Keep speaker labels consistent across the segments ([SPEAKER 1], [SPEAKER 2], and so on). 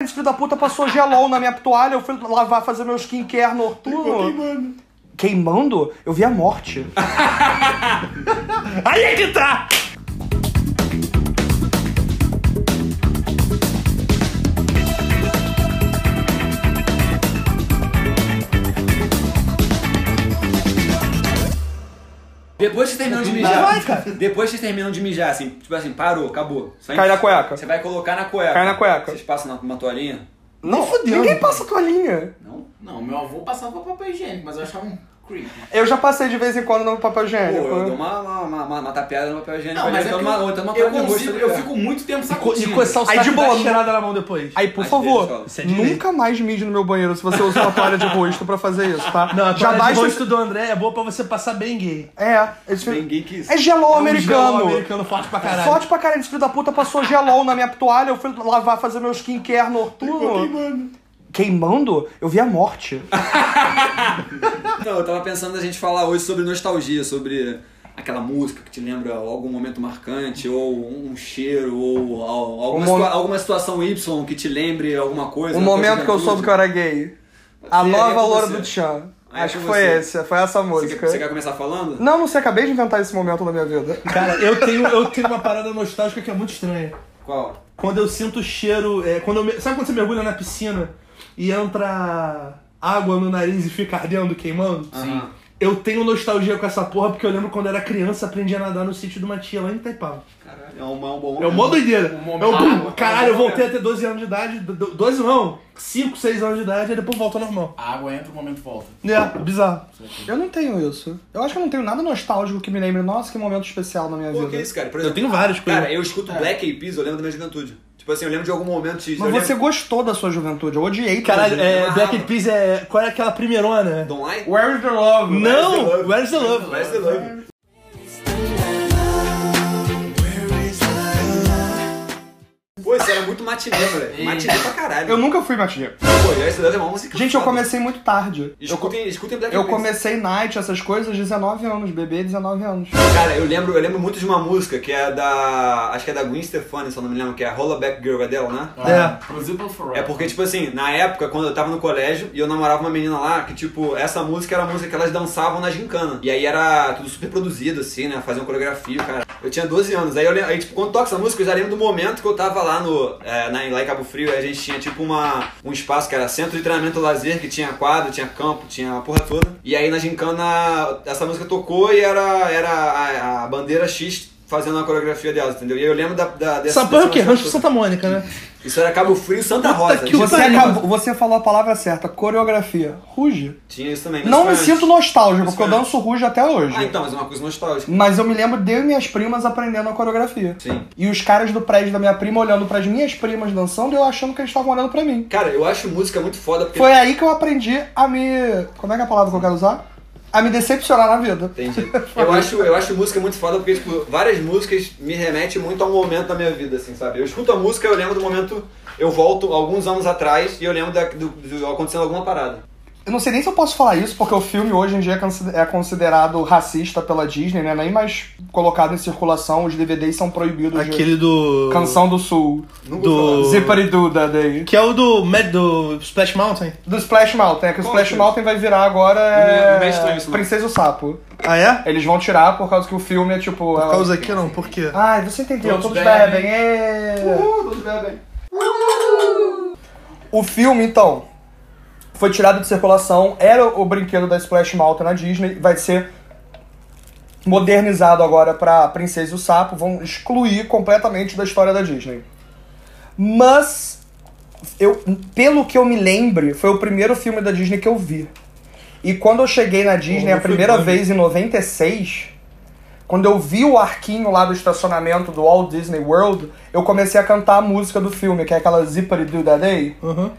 [SPEAKER 1] esse filho da puta passou gelol na minha toalha, eu fui lavar, fazer meu skincare noturno.
[SPEAKER 2] Mano.
[SPEAKER 1] Queimando, eu vi a morte.
[SPEAKER 2] Aí é que tá!
[SPEAKER 3] Depois que vocês terminam de mijar.
[SPEAKER 1] Vai, cara.
[SPEAKER 3] Depois que vocês terminam de mijar, assim, tipo assim, parou, acabou. Só
[SPEAKER 1] Cai
[SPEAKER 3] em-
[SPEAKER 1] na cueca.
[SPEAKER 3] Você vai colocar na cueca.
[SPEAKER 1] Cai na cueca.
[SPEAKER 3] Vocês passam na- uma toalhinha?
[SPEAKER 1] Não, ninguém passa toalhinha.
[SPEAKER 3] Não?
[SPEAKER 4] Não, meu avô passava papel higiênico, mas eu achava um creep.
[SPEAKER 1] Eu já passei de vez em quando no papel
[SPEAKER 3] Pô,
[SPEAKER 1] higiênico.
[SPEAKER 3] eu dou uma, uma, uma, uma, uma tapeada no papel higiênico.
[SPEAKER 4] Não,
[SPEAKER 3] ali,
[SPEAKER 4] mas
[SPEAKER 3] eu
[SPEAKER 4] é
[SPEAKER 3] dou
[SPEAKER 4] que
[SPEAKER 3] uma,
[SPEAKER 4] eu,
[SPEAKER 3] dou uma
[SPEAKER 4] eu
[SPEAKER 3] toalha de
[SPEAKER 4] consigo,
[SPEAKER 3] rosto,
[SPEAKER 4] eu
[SPEAKER 3] tá
[SPEAKER 4] fico muito tempo
[SPEAKER 2] E
[SPEAKER 4] sacudindo.
[SPEAKER 2] coçar o
[SPEAKER 1] Aí
[SPEAKER 2] saco
[SPEAKER 1] de
[SPEAKER 2] e
[SPEAKER 1] boa,
[SPEAKER 2] dar
[SPEAKER 1] não.
[SPEAKER 2] cheirada na mão depois.
[SPEAKER 1] Aí, por
[SPEAKER 3] Às
[SPEAKER 1] favor,
[SPEAKER 3] vezes, ó,
[SPEAKER 2] isso é de lei.
[SPEAKER 1] nunca mais mije no meu banheiro se você usar uma toalha de rosto pra fazer isso, tá?
[SPEAKER 2] Não, a
[SPEAKER 1] já
[SPEAKER 2] toalha de
[SPEAKER 1] basta.
[SPEAKER 2] rosto do André é boa pra você passar bem gay.
[SPEAKER 1] É, esse filho...
[SPEAKER 3] Bem gay que isso.
[SPEAKER 1] É gelol americano.
[SPEAKER 2] Um americano forte pra caralho.
[SPEAKER 1] Sorte pra caralho, esse filho da puta passou gelol na minha toalha, eu fui lavar, fazer meu skincare noturno.
[SPEAKER 2] mano.
[SPEAKER 1] Queimando, eu vi a morte.
[SPEAKER 3] Não, eu tava pensando a gente falar hoje sobre nostalgia, sobre aquela música que te lembra algum momento marcante, ou um cheiro, ou al- alguma,
[SPEAKER 1] Um mom-
[SPEAKER 3] situa- alguma situação Y que te lembre alguma coisa.
[SPEAKER 1] O
[SPEAKER 3] uma coisa
[SPEAKER 1] momento que eu soube que eu era gay. A
[SPEAKER 3] Sim, é
[SPEAKER 1] nova
[SPEAKER 3] com
[SPEAKER 1] loura
[SPEAKER 3] você.
[SPEAKER 1] do Tchan.
[SPEAKER 3] É
[SPEAKER 1] Acho
[SPEAKER 3] com
[SPEAKER 1] que foi
[SPEAKER 3] você.
[SPEAKER 1] essa, foi essa
[SPEAKER 3] Você
[SPEAKER 1] música.
[SPEAKER 3] quer, você quer começar falando?
[SPEAKER 1] Não, não sei, acabei de inventar esse momento da minha vida.
[SPEAKER 2] Cara, eu tenho, eu tenho uma parada nostálgica que é muito estranha.
[SPEAKER 3] Qual?
[SPEAKER 2] Quando eu sinto o cheiro. é, quando eu me- sabe quando você mergulha na piscina e entra água no nariz e fica ardendo, queimando? Sim. Eu tenho nostalgia com essa porra porque eu lembro quando eu era criança aprendi a nadar no sítio de uma tia lá em Itaipava.
[SPEAKER 3] Caralho, é um, é um bom
[SPEAKER 2] É uma doideira.
[SPEAKER 4] Um
[SPEAKER 2] é um
[SPEAKER 4] momento.
[SPEAKER 2] bum. Caralho, eu voltei a ter 12 anos de idade. do- do- 12 não, 5, 6 anos de idade, e depois volta ao normal.
[SPEAKER 4] A água entra, o momento volta.
[SPEAKER 2] É, bizarro.
[SPEAKER 1] Eu não tenho isso. Eu acho que eu não tenho nada nostálgico que me lembre, nossa, que momento especial na minha
[SPEAKER 3] Pô, que
[SPEAKER 1] vida.
[SPEAKER 3] isso, cara? Por
[SPEAKER 2] Eu
[SPEAKER 3] exemplo,
[SPEAKER 2] tenho várias coisas.
[SPEAKER 3] cara, eu escuto Black Eyed Peas, eu lembro da minha juventude. Tipo assim, eu lembro de algum momento X.
[SPEAKER 1] É. Mas
[SPEAKER 3] eu
[SPEAKER 1] você
[SPEAKER 3] lembro...
[SPEAKER 1] gostou da sua juventude, eu odiei tudo.
[SPEAKER 2] Caralho, é,
[SPEAKER 3] amarrava.
[SPEAKER 2] Black Eyed Peas é. Qual é aquela primeirona?
[SPEAKER 3] Don't Lie?
[SPEAKER 1] Where is the love?
[SPEAKER 2] Não! Where's the Love?
[SPEAKER 3] Where's the Love? Pô, isso era muito matiné, velho. Matiné pra caralho.
[SPEAKER 1] Eu nunca fui matinho.
[SPEAKER 3] Pô, Where's the Love é uma música
[SPEAKER 1] Gente, eu
[SPEAKER 3] foda.
[SPEAKER 1] comecei muito tarde. Eu, co-
[SPEAKER 3] Escutem, escutem Black
[SPEAKER 1] eu
[SPEAKER 3] Eyed Peas.
[SPEAKER 1] comecei night, essas coisas, 19 anos, bebê, 19 anos.
[SPEAKER 3] Cara, eu lembro, eu lembro muito de uma música que é da. Acho que é da Gwen Stefani, se eu não me lembro, que é a Rollaback Girl, é dela, né?
[SPEAKER 2] É.
[SPEAKER 4] Cruzible Forever.
[SPEAKER 3] É porque, tipo assim, na época, quando eu tava no colégio e eu namorava uma menina lá, que, tipo, essa música era a música que elas dançavam na gincana. E aí era tudo super produzido, assim, né? Faziam coreografia, cara. Eu tinha 12 anos. Aí, eu lem- aí tipo, quando toca essa música, eu já lembro do momento que eu tava lá no. É, na, lá em Cabo Frio, aí a gente tinha, tipo, uma, um espaço que era centro de treinamento lazer, que tinha quadro, tinha campo, tinha a porra toda. E aí na gincana, essa música tocou e era, era a, a bandeira X. Fazendo a coreografia delas, entendeu? E aí eu lembro da, da dessa.
[SPEAKER 2] Essa porra é o quê?
[SPEAKER 3] dessa-
[SPEAKER 2] Rancho Santa Mônica, né?
[SPEAKER 3] Isso era Cabo Frio e Santa
[SPEAKER 2] Puta
[SPEAKER 3] Rosa. Tipo assim,
[SPEAKER 2] que
[SPEAKER 3] Tinha-
[SPEAKER 1] Você,
[SPEAKER 2] pariu.
[SPEAKER 1] acabou- você falou a palavra certa, coreografia. Ruge.
[SPEAKER 3] Tinha isso também. mas
[SPEAKER 1] Não
[SPEAKER 3] foi
[SPEAKER 1] me
[SPEAKER 3] antes.
[SPEAKER 1] sinto nostálgico, porque eu
[SPEAKER 3] foi
[SPEAKER 1] danço ruge até hoje.
[SPEAKER 3] Ah, então, mas é uma coisa nostálgica.
[SPEAKER 1] Mas eu me lembro de eu e minhas primas aprendendo a coreografia.
[SPEAKER 3] Sim.
[SPEAKER 1] E os caras do prédio da minha prima olhando pras minhas primas dançando e eu achando que eles estavam olhando pra mim.
[SPEAKER 3] Cara, eu acho música muito foda porque.
[SPEAKER 1] Foi aí que eu aprendi a me. Como é que é a palavra que eu quero usar? A me decepcionar na vida.
[SPEAKER 3] Entendi. Eu acho, eu acho música muito foda porque, tipo, várias músicas me remetem muito a um momento da minha vida, assim, sabe? Eu escuto a música, eu lembro do momento, eu volto alguns anos atrás e eu lembro da, do, do- acontecendo alguma parada.
[SPEAKER 1] Eu não sei nem se eu posso falar isso, porque o filme hoje em dia é consi- é considerado racista pela Disney, né? Nem mais colocado em circulação, os DVDs são proibidos
[SPEAKER 2] Aquele do.
[SPEAKER 1] de Canção do Sul.
[SPEAKER 3] Nunca
[SPEAKER 2] Do-
[SPEAKER 3] ouvi
[SPEAKER 1] Zipariduda daí.
[SPEAKER 2] Que é o do. Mad do Splash Mountain.
[SPEAKER 1] Do Splash Mountain, é que o
[SPEAKER 3] Qual
[SPEAKER 1] Splash
[SPEAKER 3] que é?
[SPEAKER 1] Mountain vai virar agora
[SPEAKER 3] Não, não
[SPEAKER 1] é...
[SPEAKER 3] é estranho
[SPEAKER 2] né?
[SPEAKER 3] isso, não.
[SPEAKER 1] Princesa e o Sapo.
[SPEAKER 2] Ah, é?
[SPEAKER 1] Eles vão tirar por causa que o filme é tipo.
[SPEAKER 2] Por causa aqui não, por quê?
[SPEAKER 1] Ai, você entendeu, todos,
[SPEAKER 4] Todos
[SPEAKER 1] bebem.
[SPEAKER 4] bebem.
[SPEAKER 1] é.
[SPEAKER 3] falar. Tudo bem, bem.
[SPEAKER 1] O filme, então, foi tirado de circulação, era o brinquedo da Splash Mountain na Disney, vai ser modernizado agora pra Princesa e o Sapo, vão excluir completamente da história da Disney. Mas, eu, pelo que eu me lembre, foi o primeiro filme da Disney que eu vi. E quando eu cheguei na Disney
[SPEAKER 2] Porra,
[SPEAKER 1] a primeira
[SPEAKER 2] foi bom.
[SPEAKER 1] vez em 96, quando eu vi o arquinho lá do estacionamento do Walt Disney World, eu comecei a cantar a música do filme, que é aquela Zippity Do That Day.
[SPEAKER 2] Uhum.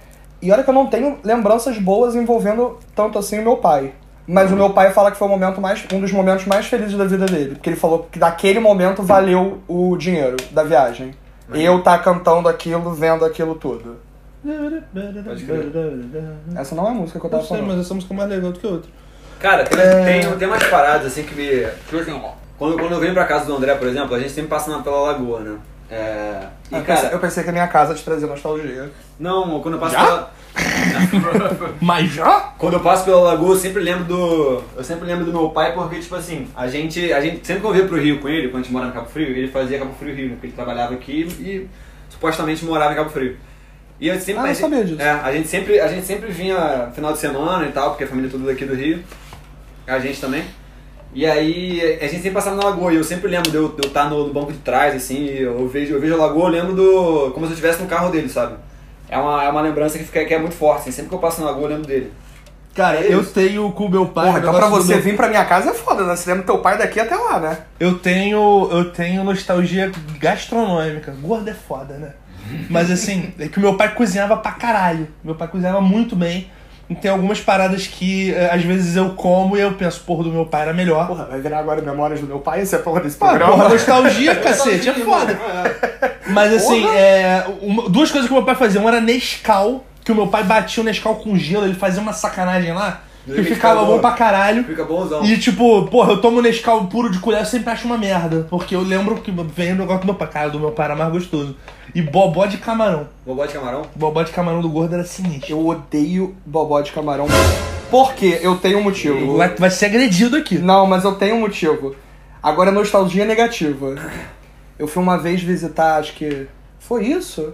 [SPEAKER 1] E olha que eu não tenho lembranças boas envolvendo tanto assim o meu pai. Mas o meu pai fala que foi o momento mais, um dos momentos mais felizes da vida dele. Porque ele falou que daquele momento valeu o dinheiro da viagem. Eu tá cantando aquilo, vendo aquilo tudo. Essa não é a música que eu
[SPEAKER 2] Não
[SPEAKER 1] tava
[SPEAKER 2] sei,
[SPEAKER 1] falando.
[SPEAKER 2] mas essa música é mais legal do que a outra.
[SPEAKER 3] Cara, tem,
[SPEAKER 1] É.
[SPEAKER 3] tem, tem umas paradas assim que me. Tipo assim, ó, Quando, quando eu venho pra casa do André, por exemplo, a gente sempre passa na, pela lagoa, né? É... E,
[SPEAKER 1] Eu pensei,
[SPEAKER 3] cara,
[SPEAKER 1] Ah, eu pensei que a minha casa te trazia nostalgia.
[SPEAKER 3] não, quando eu passo
[SPEAKER 2] Já?
[SPEAKER 3] pela...
[SPEAKER 2] Mas já?
[SPEAKER 3] Quando eu passo pela lagoa, eu sempre lembro do. Eu sempre lembro do meu pai, porque, tipo assim, a gente. A gente sempre que eu ia pro Rio com ele, quando a gente morava em Cabo Frio, ele fazia Cabo Frio Rio, né? Porque ele trabalhava aqui e supostamente morava em Cabo Frio. E eu
[SPEAKER 1] Ah,
[SPEAKER 3] sempre.
[SPEAKER 1] eu
[SPEAKER 3] a gente-
[SPEAKER 1] sabia disso.
[SPEAKER 3] É, a gente sempre, a gente sempre vinha final de semana e tal, porque a família é toda daqui do Rio. A gente também. E aí, a gente sempre passava na lagoa, e eu sempre lembro de eu de eu estar no, no banco de trás, assim, e eu vejo, eu vejo a lagoa, eu lembro do. como se eu estivesse no carro dele, sabe? É uma, é uma lembrança que, fica, que é muito forte, assim, sempre que eu passo na lagoa, eu lembro dele.
[SPEAKER 2] Cara, eu tenho com o meu pai.
[SPEAKER 1] Porra, então pra
[SPEAKER 2] negócio do
[SPEAKER 1] você
[SPEAKER 2] meu-
[SPEAKER 1] vir pra minha casa é foda, né? Você lembra teu pai daqui até lá, né?
[SPEAKER 2] Eu tenho, eu tenho nostalgia gastronômica. Gordo é foda, né? Mas assim, é que o meu pai cozinhava pra caralho. Meu pai cozinhava muito bem. E tem algumas paradas que eh, às vezes eu como e eu penso, porra, do meu pai era melhor.
[SPEAKER 1] Porra, vai virar agora memórias do meu pai? Essa é a porra desse
[SPEAKER 2] Ah,
[SPEAKER 1] programa?
[SPEAKER 2] porra, nostalgia, cacete, é foda. Mas assim, é, uma- duas coisas que meu pai fazia. Uma era Nescau, que o meu pai batia o Nescau com gelo, ele fazia uma sacanagem lá, que
[SPEAKER 3] Ele
[SPEAKER 2] ficava
[SPEAKER 3] ficava-
[SPEAKER 2] bom pra caralho.
[SPEAKER 3] Fica bonzão.
[SPEAKER 2] E tipo, porra, eu tomo Nescau puro de colher, eu sempre acho uma merda. Porque eu lembro que vem o negócio do meu pai, cara, do meu pai era mais gostoso. E bobó de camarão.
[SPEAKER 3] Bobó de camarão?
[SPEAKER 2] Bobó de camarão do gordo era sinistro.
[SPEAKER 1] Eu odeio bobó de camarão. Por quê? Eu tenho um motivo.
[SPEAKER 2] Vai, vai ser agredido aqui.
[SPEAKER 1] Não, mas eu tenho um motivo. Agora, nostalgia é negativa. Eu fui uma vez visitar, acho que. Foi isso?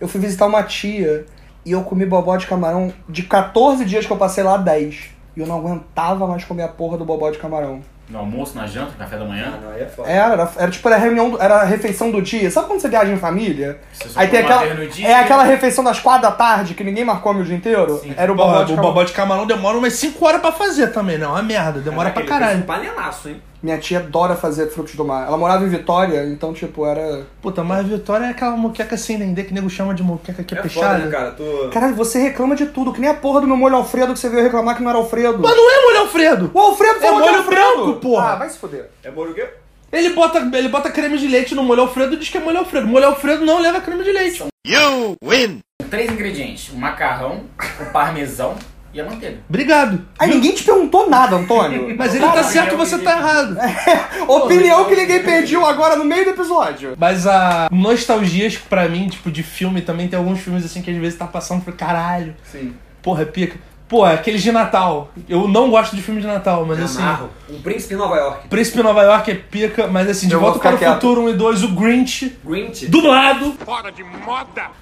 [SPEAKER 1] Eu fui visitar uma tia e eu comi bobó de camarão de 14 dias que eu passei lá, 10. E eu não aguentava mais comer a porra do bobó de camarão.
[SPEAKER 5] No almoço, na janta, no café da manhã.
[SPEAKER 3] aí é foda.
[SPEAKER 1] Era, era, era tipo, era a reunião, do- era a refeição do dia. Sabe quando você viaja em família?
[SPEAKER 5] Você só
[SPEAKER 1] Aí tem
[SPEAKER 5] come
[SPEAKER 1] aquela.
[SPEAKER 5] madeira no dia.
[SPEAKER 1] É aquela refeição das quatro da tarde que ninguém marcou o meu dia inteiro? Era o bobó de
[SPEAKER 2] Porra, o
[SPEAKER 1] camarão.
[SPEAKER 2] bobó de camarão demora umas 5 horas pra fazer também, não. É uma merda, demora pra caralho.
[SPEAKER 3] Um panelaço, hein?
[SPEAKER 1] Minha tia adora fazer frutos do mar. Ela morava em Vitória, então, tipo, era.
[SPEAKER 2] Puta, mas Vitória é aquela moqueca sem vender que nego chama de moqueca que é,
[SPEAKER 3] É
[SPEAKER 2] fechada.
[SPEAKER 3] foda, né, cara? Tu...
[SPEAKER 1] Caralho, você reclama de tudo, que nem a porra do meu molho Alfredo que você veio reclamar que não era Alfredo.
[SPEAKER 2] Mas não é molho Alfredo!
[SPEAKER 1] O Alfredo falou
[SPEAKER 2] É
[SPEAKER 1] que era
[SPEAKER 2] molho
[SPEAKER 1] Alfredo.
[SPEAKER 2] branco, porra.
[SPEAKER 1] Ah, vai se foder.
[SPEAKER 3] É molho o quê?
[SPEAKER 2] Ele bota, ele bota creme de leite no molho Alfredo e diz que é molho Alfredo. Molho Alfredo não leva creme de leite.
[SPEAKER 4] Três ingredientes: o macarrão, o parmesão e a manteiga.
[SPEAKER 2] Obrigado.
[SPEAKER 1] Aí ninguém te perguntou nada, Antônio.
[SPEAKER 2] Mas ele tá
[SPEAKER 5] Caralho,
[SPEAKER 2] certo e
[SPEAKER 5] eu
[SPEAKER 2] você
[SPEAKER 5] vi.
[SPEAKER 2] tá errado.
[SPEAKER 1] Opinião que ninguém pediu agora no meio do episódio.
[SPEAKER 2] Mas a nostalgias pra mim, tipo, de filme também, tem alguns filmes assim que às vezes tá passando por caralho.
[SPEAKER 3] Sim.
[SPEAKER 2] Porra, é pica. Porra, aqueles de Natal. Eu não gosto de filme de Natal, mas assim.
[SPEAKER 3] Amarro. Um príncipe em Nova York.
[SPEAKER 2] Príncipe em Nova York é pica, mas assim, de
[SPEAKER 1] Eu vou
[SPEAKER 2] volta para
[SPEAKER 1] ficar
[SPEAKER 2] o futuro 1 e 2, o Grinch,
[SPEAKER 3] Grinch.
[SPEAKER 2] dublado.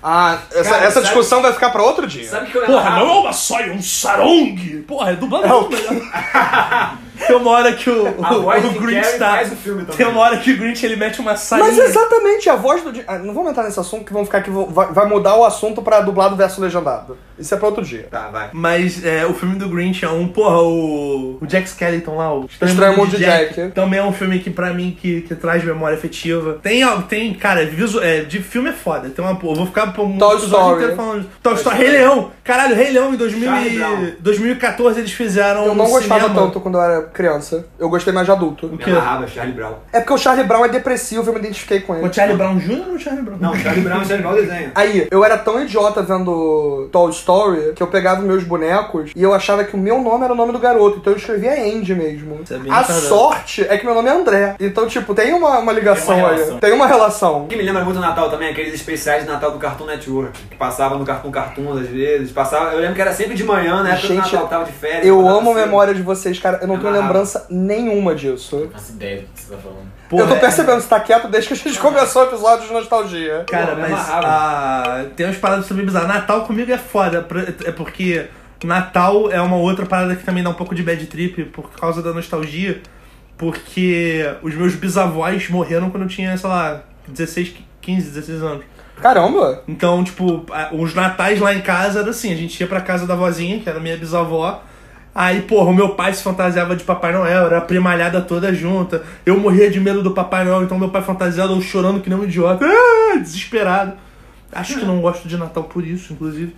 [SPEAKER 1] Ah, essa,
[SPEAKER 3] Cara,
[SPEAKER 1] essa
[SPEAKER 3] sabe-
[SPEAKER 1] discussão vai ficar pra outro dia.
[SPEAKER 3] Sabe que eu era
[SPEAKER 2] Porra,
[SPEAKER 3] rápido?
[SPEAKER 2] não é uma sóia, é um sarong. Porra, é dublado muito melhor. Tem uma hora que o,
[SPEAKER 3] A
[SPEAKER 2] o,
[SPEAKER 3] voz
[SPEAKER 2] o
[SPEAKER 3] de
[SPEAKER 2] Grinch
[SPEAKER 3] Carrie
[SPEAKER 2] tá.
[SPEAKER 3] faz o filme também.
[SPEAKER 2] Tem uma hora que o Grinch ele mete uma saia.
[SPEAKER 1] Mas exatamente, a voz do. Di- Ah, não vamos entrar nesse assunto que vão ficar que vão- vai, vai mudar o assunto pra dublado versus legendado. Isso é pra outro dia.
[SPEAKER 3] Tá, vai.
[SPEAKER 2] Mas é, o filme do Grinch é um, porra, o, o Jack Skellington lá, o
[SPEAKER 1] Estranho Mundo de Jack.
[SPEAKER 2] Também é um filme que, pra mim, que, que traz memória afetiva. Tem, ó, tem cara, visu, é, de filme é foda. Tem uma, eu vou ficar por um
[SPEAKER 1] Toy
[SPEAKER 2] episódio
[SPEAKER 1] Story.
[SPEAKER 2] inteiro falando. Toy Story, Rei Leão. Caralho, Rei Leão em 2000 e-
[SPEAKER 3] Charlie Brown.
[SPEAKER 2] 2014 eles fizeram
[SPEAKER 1] Eu não
[SPEAKER 2] Tá no
[SPEAKER 1] gostava
[SPEAKER 2] cinema.
[SPEAKER 1] tanto quando eu era criança. Eu gostei mais de adulto.
[SPEAKER 3] Me
[SPEAKER 2] quê?
[SPEAKER 3] amarrava, Charlie Brown.
[SPEAKER 1] É porque o Charlie Brown é depressivo, eu me identifiquei com ele.
[SPEAKER 2] O Charlie Brown Jr. ou o Charlie Brown?
[SPEAKER 3] Não, Charlie Brown, é Charlie Brown desenha.
[SPEAKER 1] Aí, eu era tão idiota vendo Toy Story que eu pegava meus bonecos e eu achava que o meu nome era o nome do garoto, então eu escrevia Andy mesmo.
[SPEAKER 2] Isso é bem
[SPEAKER 1] a
[SPEAKER 2] retardado.
[SPEAKER 1] sorte é que meu nome é André. Então, tipo, tem uma, uma ligação
[SPEAKER 5] Tem uma
[SPEAKER 1] aí.
[SPEAKER 5] relação.
[SPEAKER 1] Tem uma relação.
[SPEAKER 3] O que me lembra muito do Natal também, aqueles especiais de Natal do Cartoon Network, que passava no Cartoon Cartoon às vezes, passava, eu lembro que era sempre de manhã, né, época do
[SPEAKER 1] Gente,
[SPEAKER 3] Natal, tava de férias.
[SPEAKER 1] Eu
[SPEAKER 3] acordava
[SPEAKER 1] amo a
[SPEAKER 3] cedo.
[SPEAKER 1] memória de vocês, cara. Eu não tenho
[SPEAKER 3] Amarrado.
[SPEAKER 1] lembrança nenhuma disso.
[SPEAKER 5] Não faço ideia do que você tá falando.
[SPEAKER 2] Porra,
[SPEAKER 1] eu tô
[SPEAKER 2] é-
[SPEAKER 1] percebendo, você tá quieto desde que a gente começou o episódio de nostalgia.
[SPEAKER 2] Cara,
[SPEAKER 3] Pô,
[SPEAKER 2] mas
[SPEAKER 3] amarrava.
[SPEAKER 2] ah, tem umas paradas também bizarras. Natal comigo é foda, pra- é porque Natal é uma outra parada que também dá um pouco de bad trip por causa da nostalgia, porque os meus bisavós morreram quando eu tinha, sei lá, 16, 15, 16 anos.
[SPEAKER 1] Caramba!
[SPEAKER 2] Então, tipo, a- os natais lá em casa era assim, a gente ia pra casa da vozinha, que era minha bisavó. Aí, porra, o meu pai se fantasiava de Papai Noel, era a primalhada toda junta. Eu morria de medo do Papai Noel, então meu pai fantasiado, eu chorando que nem um idiota. Ah, desesperado. Acho que não gosto de Natal por isso, inclusive.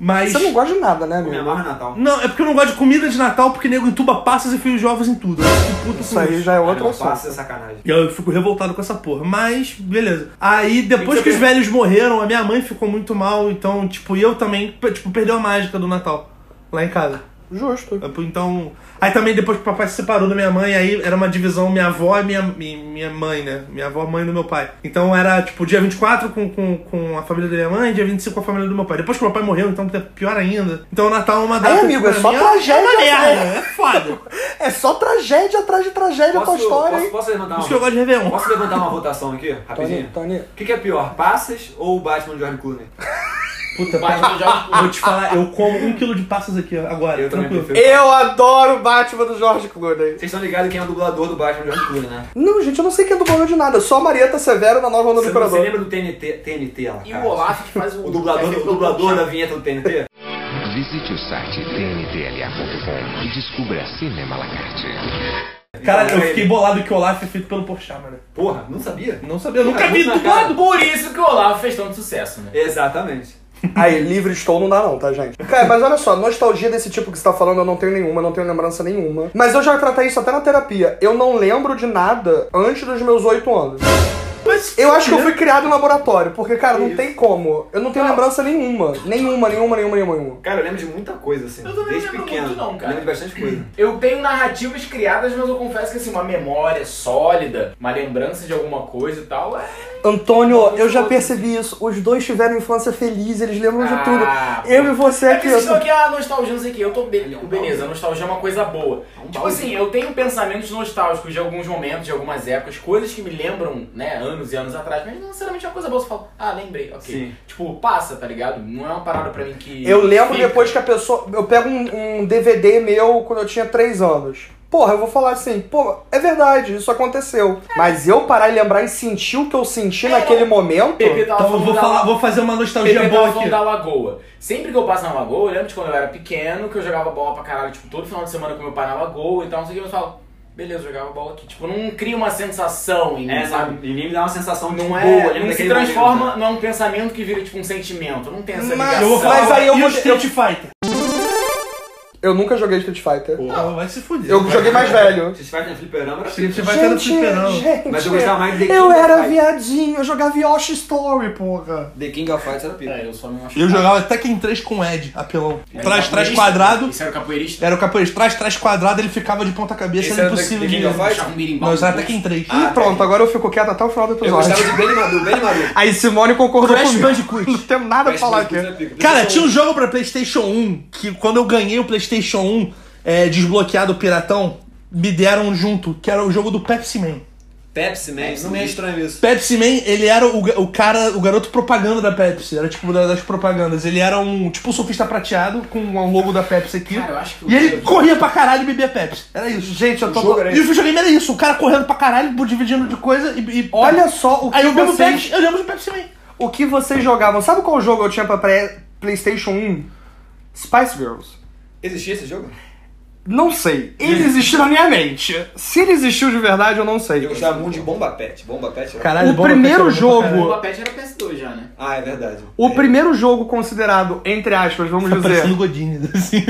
[SPEAKER 2] Mas.
[SPEAKER 1] Você não gosta de nada, né,
[SPEAKER 3] Eu me
[SPEAKER 1] amigo?
[SPEAKER 3] amarro em Natal.
[SPEAKER 2] Não, é porque eu não gosto de comida de Natal, porque nego entuba passas e fios jovens em tudo. Eu fico puto com
[SPEAKER 1] Isso aí já é
[SPEAKER 3] Ah,
[SPEAKER 1] outro
[SPEAKER 3] não,
[SPEAKER 1] assunto.
[SPEAKER 3] passa é sacanagem.
[SPEAKER 2] e eu fico revoltado com essa porra, mas beleza. Aí depois
[SPEAKER 3] Tem que
[SPEAKER 2] que os
[SPEAKER 3] saber.
[SPEAKER 2] velhos morreram, a minha mãe ficou muito mal, então, tipo, e eu também, p- tipo, perdeu a mágica do Natal lá em casa.
[SPEAKER 1] Justo.
[SPEAKER 2] Então. Aí também depois que o papai se separou da minha mãe, aí era uma divisão minha avó e minha, mi- minha mãe, né? Minha avó, mãe do meu pai. Então era tipo dia 24 com, com, com a família da minha mãe, dia 25 com a família do meu pai. Depois que meu pai morreu, então é pior ainda. Então o Natal é uma data.
[SPEAKER 1] Aí,
[SPEAKER 2] que
[SPEAKER 1] amigo,
[SPEAKER 2] pra
[SPEAKER 1] é só
[SPEAKER 2] mim
[SPEAKER 1] tragédia,
[SPEAKER 2] É uma
[SPEAKER 1] né?
[SPEAKER 2] merda, é foda.
[SPEAKER 1] É só tragédia atrás de
[SPEAKER 2] é
[SPEAKER 1] tragédia com a história,
[SPEAKER 3] posso,
[SPEAKER 1] hein?
[SPEAKER 3] posso levantar
[SPEAKER 2] Por isso que eu
[SPEAKER 3] uma,
[SPEAKER 2] gosto de Réveillon.
[SPEAKER 3] posso levantar uma votação aqui,
[SPEAKER 1] Tony,
[SPEAKER 3] rapidinho?
[SPEAKER 1] Tony.
[SPEAKER 3] O que, que é pior, passas ou o Batman do George Clooney?
[SPEAKER 2] Puta,
[SPEAKER 6] Batman do Jorge
[SPEAKER 2] vou te falar, eu como um quilo de passas aqui ó, agora.
[SPEAKER 3] Eu também
[SPEAKER 2] tranquilo.
[SPEAKER 3] prefiro.
[SPEAKER 1] Eu adoro o Batman do Jorge Clooney.
[SPEAKER 3] Vocês estão ligados quem é o dublador do Batman do George Clooney, né?
[SPEAKER 1] Não, gente, eu não sei quem é dublador de nada. Só a Marieta Severo na nova onda do
[SPEAKER 3] Você, você
[SPEAKER 1] Imperador.
[SPEAKER 3] lembra do TNT, TNT lá,
[SPEAKER 5] E
[SPEAKER 3] cara?
[SPEAKER 5] o Olaf que faz um o.
[SPEAKER 3] O dublador, o dublador da vinheta do TNT?
[SPEAKER 7] Visite o site tntla.com e descubra Cinema Lacarte.
[SPEAKER 2] Cara,
[SPEAKER 3] Então,
[SPEAKER 2] eu
[SPEAKER 3] ele-
[SPEAKER 2] fiquei bolado que o Olaf é feito pelo Porchat, mano.
[SPEAKER 3] Porra, não sabia?
[SPEAKER 2] Não sabia, eu nunca
[SPEAKER 3] Cara,
[SPEAKER 2] vi
[SPEAKER 3] muito na
[SPEAKER 2] dublado.
[SPEAKER 5] Por isso que o Olaf fez tanto sucesso, né?
[SPEAKER 3] Exatamente.
[SPEAKER 1] Aí, livre estou, não dá não, tá, gente? Cara, mas olha só, nostalgia desse tipo que você tá falando, eu não tenho nenhuma, não tenho lembrança nenhuma. Mas eu já tratei isso até na terapia. Eu não lembro de nada antes dos meus oito anos.
[SPEAKER 2] Mas
[SPEAKER 1] Eu acho que eu fui criado em laboratório, porque, cara, não tem como. Eu não tenho lembrança nenhuma. Nenhuma, nenhuma, nenhuma, nenhuma, nenhuma.
[SPEAKER 3] Cara, eu lembro de muita coisa, assim.
[SPEAKER 5] Eu também
[SPEAKER 3] desde
[SPEAKER 5] lembro
[SPEAKER 3] pequeno.
[SPEAKER 5] muito não, cara.
[SPEAKER 3] Eu lembro de bastante coisa.
[SPEAKER 5] Eu tenho narrativas criadas, mas eu confesso que assim, uma memória sólida, uma lembrança de alguma coisa e tal, é.
[SPEAKER 1] Antônio, eu já percebi isso. Os dois tiveram infância feliz, eles lembram de tudo.
[SPEAKER 5] Ah,
[SPEAKER 1] Eu e você
[SPEAKER 5] É que
[SPEAKER 1] aqui.
[SPEAKER 5] vocês estão
[SPEAKER 1] eu-
[SPEAKER 5] aqui, ah, nostalgia, não sei o que. Eu tô be-
[SPEAKER 3] Ele é um
[SPEAKER 5] beleza, a nostalgia é uma coisa boa.
[SPEAKER 3] É um
[SPEAKER 5] Tipo
[SPEAKER 3] balde.
[SPEAKER 5] assim, eu tenho pensamentos nostálgicos de alguns momentos, de algumas épocas, coisas que me lembram, né, anos e anos atrás, mas não necessariamente é uma coisa boa. Você fala, ah, lembrei, ok.
[SPEAKER 3] Sim.
[SPEAKER 5] Tipo, passa, tá ligado? Não é uma parada pra mim que.
[SPEAKER 1] Eu lembro
[SPEAKER 5] fica.
[SPEAKER 1] depois que a pessoa. Eu pego um, um DVD meu quando eu tinha 3 anos. Porra, eu vou falar assim, pô, é verdade, isso aconteceu. Mas eu parar e lembrar e sentir o que eu senti naquele momento.
[SPEAKER 5] Pepe
[SPEAKER 2] Então
[SPEAKER 5] tava
[SPEAKER 2] eu
[SPEAKER 5] falando
[SPEAKER 2] vou,
[SPEAKER 5] da-
[SPEAKER 2] falar, vou fazer uma nostalgia
[SPEAKER 5] Pepe
[SPEAKER 2] boa
[SPEAKER 5] tava
[SPEAKER 2] Então, aqui.
[SPEAKER 5] falando da lagoa. Sempre que eu passo na lagoa, eu lembro de quando eu era pequeno, que eu jogava bola pra caralho, tipo, todo final de semana com meu pai na lagoa e tal, não sei o que, eu falo, beleza, eu jogava bola aqui. Tipo, não cria uma sensação em mim,
[SPEAKER 3] É,
[SPEAKER 5] sabe?
[SPEAKER 3] sabe? E nem me dá uma sensação de
[SPEAKER 5] Não
[SPEAKER 3] boa.
[SPEAKER 5] é,
[SPEAKER 3] lembra
[SPEAKER 5] não se
[SPEAKER 3] daquele
[SPEAKER 5] transforma,
[SPEAKER 3] momento.
[SPEAKER 5] não é um pensamento que vira tipo um sentimento, não tem
[SPEAKER 1] Mas-
[SPEAKER 5] essa ligação.
[SPEAKER 2] Eu vou falar,
[SPEAKER 1] Mas aí eu
[SPEAKER 2] e
[SPEAKER 1] vou-
[SPEAKER 2] o Street Fighter?
[SPEAKER 1] Eu nunca joguei Street Fighter.
[SPEAKER 2] Pô, vai se fuder.
[SPEAKER 1] Eu joguei mais velho.
[SPEAKER 3] Vocês fazem fliperama, era
[SPEAKER 2] Street
[SPEAKER 3] fliperama.
[SPEAKER 2] Fighter no fliperão.
[SPEAKER 1] gente,
[SPEAKER 3] Mas eu gostava mais de The
[SPEAKER 1] Eu
[SPEAKER 3] King
[SPEAKER 1] era
[SPEAKER 3] of Fighters.
[SPEAKER 1] viadinho, eu jogava Yoshi Story, porra.
[SPEAKER 3] The King of Fights era pica.
[SPEAKER 6] É, eu só me machuquei.
[SPEAKER 2] Eu jogava Tekken 3 com o Ed, apelão.
[SPEAKER 5] Era
[SPEAKER 2] Trás, trás,
[SPEAKER 5] capoeirista?
[SPEAKER 2] quadrado.
[SPEAKER 5] É, Isso era o capoeirista?
[SPEAKER 2] Era o capoeirista. Trás, trás, quadrado, ele ficava de ponta cabeça,
[SPEAKER 3] Esse
[SPEAKER 2] era
[SPEAKER 3] era do-
[SPEAKER 2] impossível
[SPEAKER 3] do
[SPEAKER 2] de...
[SPEAKER 3] King of Fighters?
[SPEAKER 6] Achava um birimbau.
[SPEAKER 2] Não, isso era
[SPEAKER 6] no
[SPEAKER 2] Tekken 3.
[SPEAKER 1] e pronto, agora eu fico quieto até o final do
[SPEAKER 3] Eu
[SPEAKER 1] episódio.
[SPEAKER 3] gostava de Benny Maru. Benny Maru.
[SPEAKER 1] Aí Simone concordou
[SPEAKER 2] Crash
[SPEAKER 1] comigo.
[SPEAKER 2] Bandicoot.
[SPEAKER 1] Não tenho nada a falar aqui.
[SPEAKER 2] Cara, tinha um jogo pra Playstation 1, que quando eu ganhei o Playstation 1, é, desbloqueado o Piratão, me deram junto, que era o jogo do Pepsi-Man.
[SPEAKER 3] Pepsi Man. Não me é estranho isso.
[SPEAKER 2] Pepsi Man, ele era o, ga- o cara, o garoto propaganda da Pepsi. Era tipo da- das propagandas. Ele era um tipo um surfista prateado com um logo da Pepsi aqui.
[SPEAKER 5] Cara, eu acho que o
[SPEAKER 2] e ele
[SPEAKER 5] jogo-
[SPEAKER 2] corria pra caralho e bebia Pepsi. Era isso.
[SPEAKER 3] é
[SPEAKER 2] Gente,
[SPEAKER 3] um
[SPEAKER 2] eu tô.
[SPEAKER 1] jogo
[SPEAKER 3] né?
[SPEAKER 1] era
[SPEAKER 2] e o videogame era isso. O cara correndo pra caralho, tipo, dividindo de coisa e. e- tá
[SPEAKER 1] Olha só o que
[SPEAKER 2] Aí eu bebo
[SPEAKER 1] vocês...
[SPEAKER 2] Pepsi, eu lembro de Pepsi Man.
[SPEAKER 1] O que vocês jogavam? Sabe qual jogo eu tinha pra pré- PlayStation 1? Spice Girls.
[SPEAKER 3] Existia esse jogo?
[SPEAKER 1] Não sei. Ele existiu na minha mente. Se ele existiu de verdade, eu não sei.
[SPEAKER 3] Eu gostava muito de Bomba Pet. Bomba Pet era...
[SPEAKER 2] Caralho,
[SPEAKER 1] O primeiro jogo-
[SPEAKER 5] O Papete era PS2 já, né?
[SPEAKER 3] Ah, é verdade.
[SPEAKER 1] O primeiro jogo considerado, entre aspas, vamos
[SPEAKER 2] Tá
[SPEAKER 1] dizer,
[SPEAKER 2] parecendo Godinho, assim.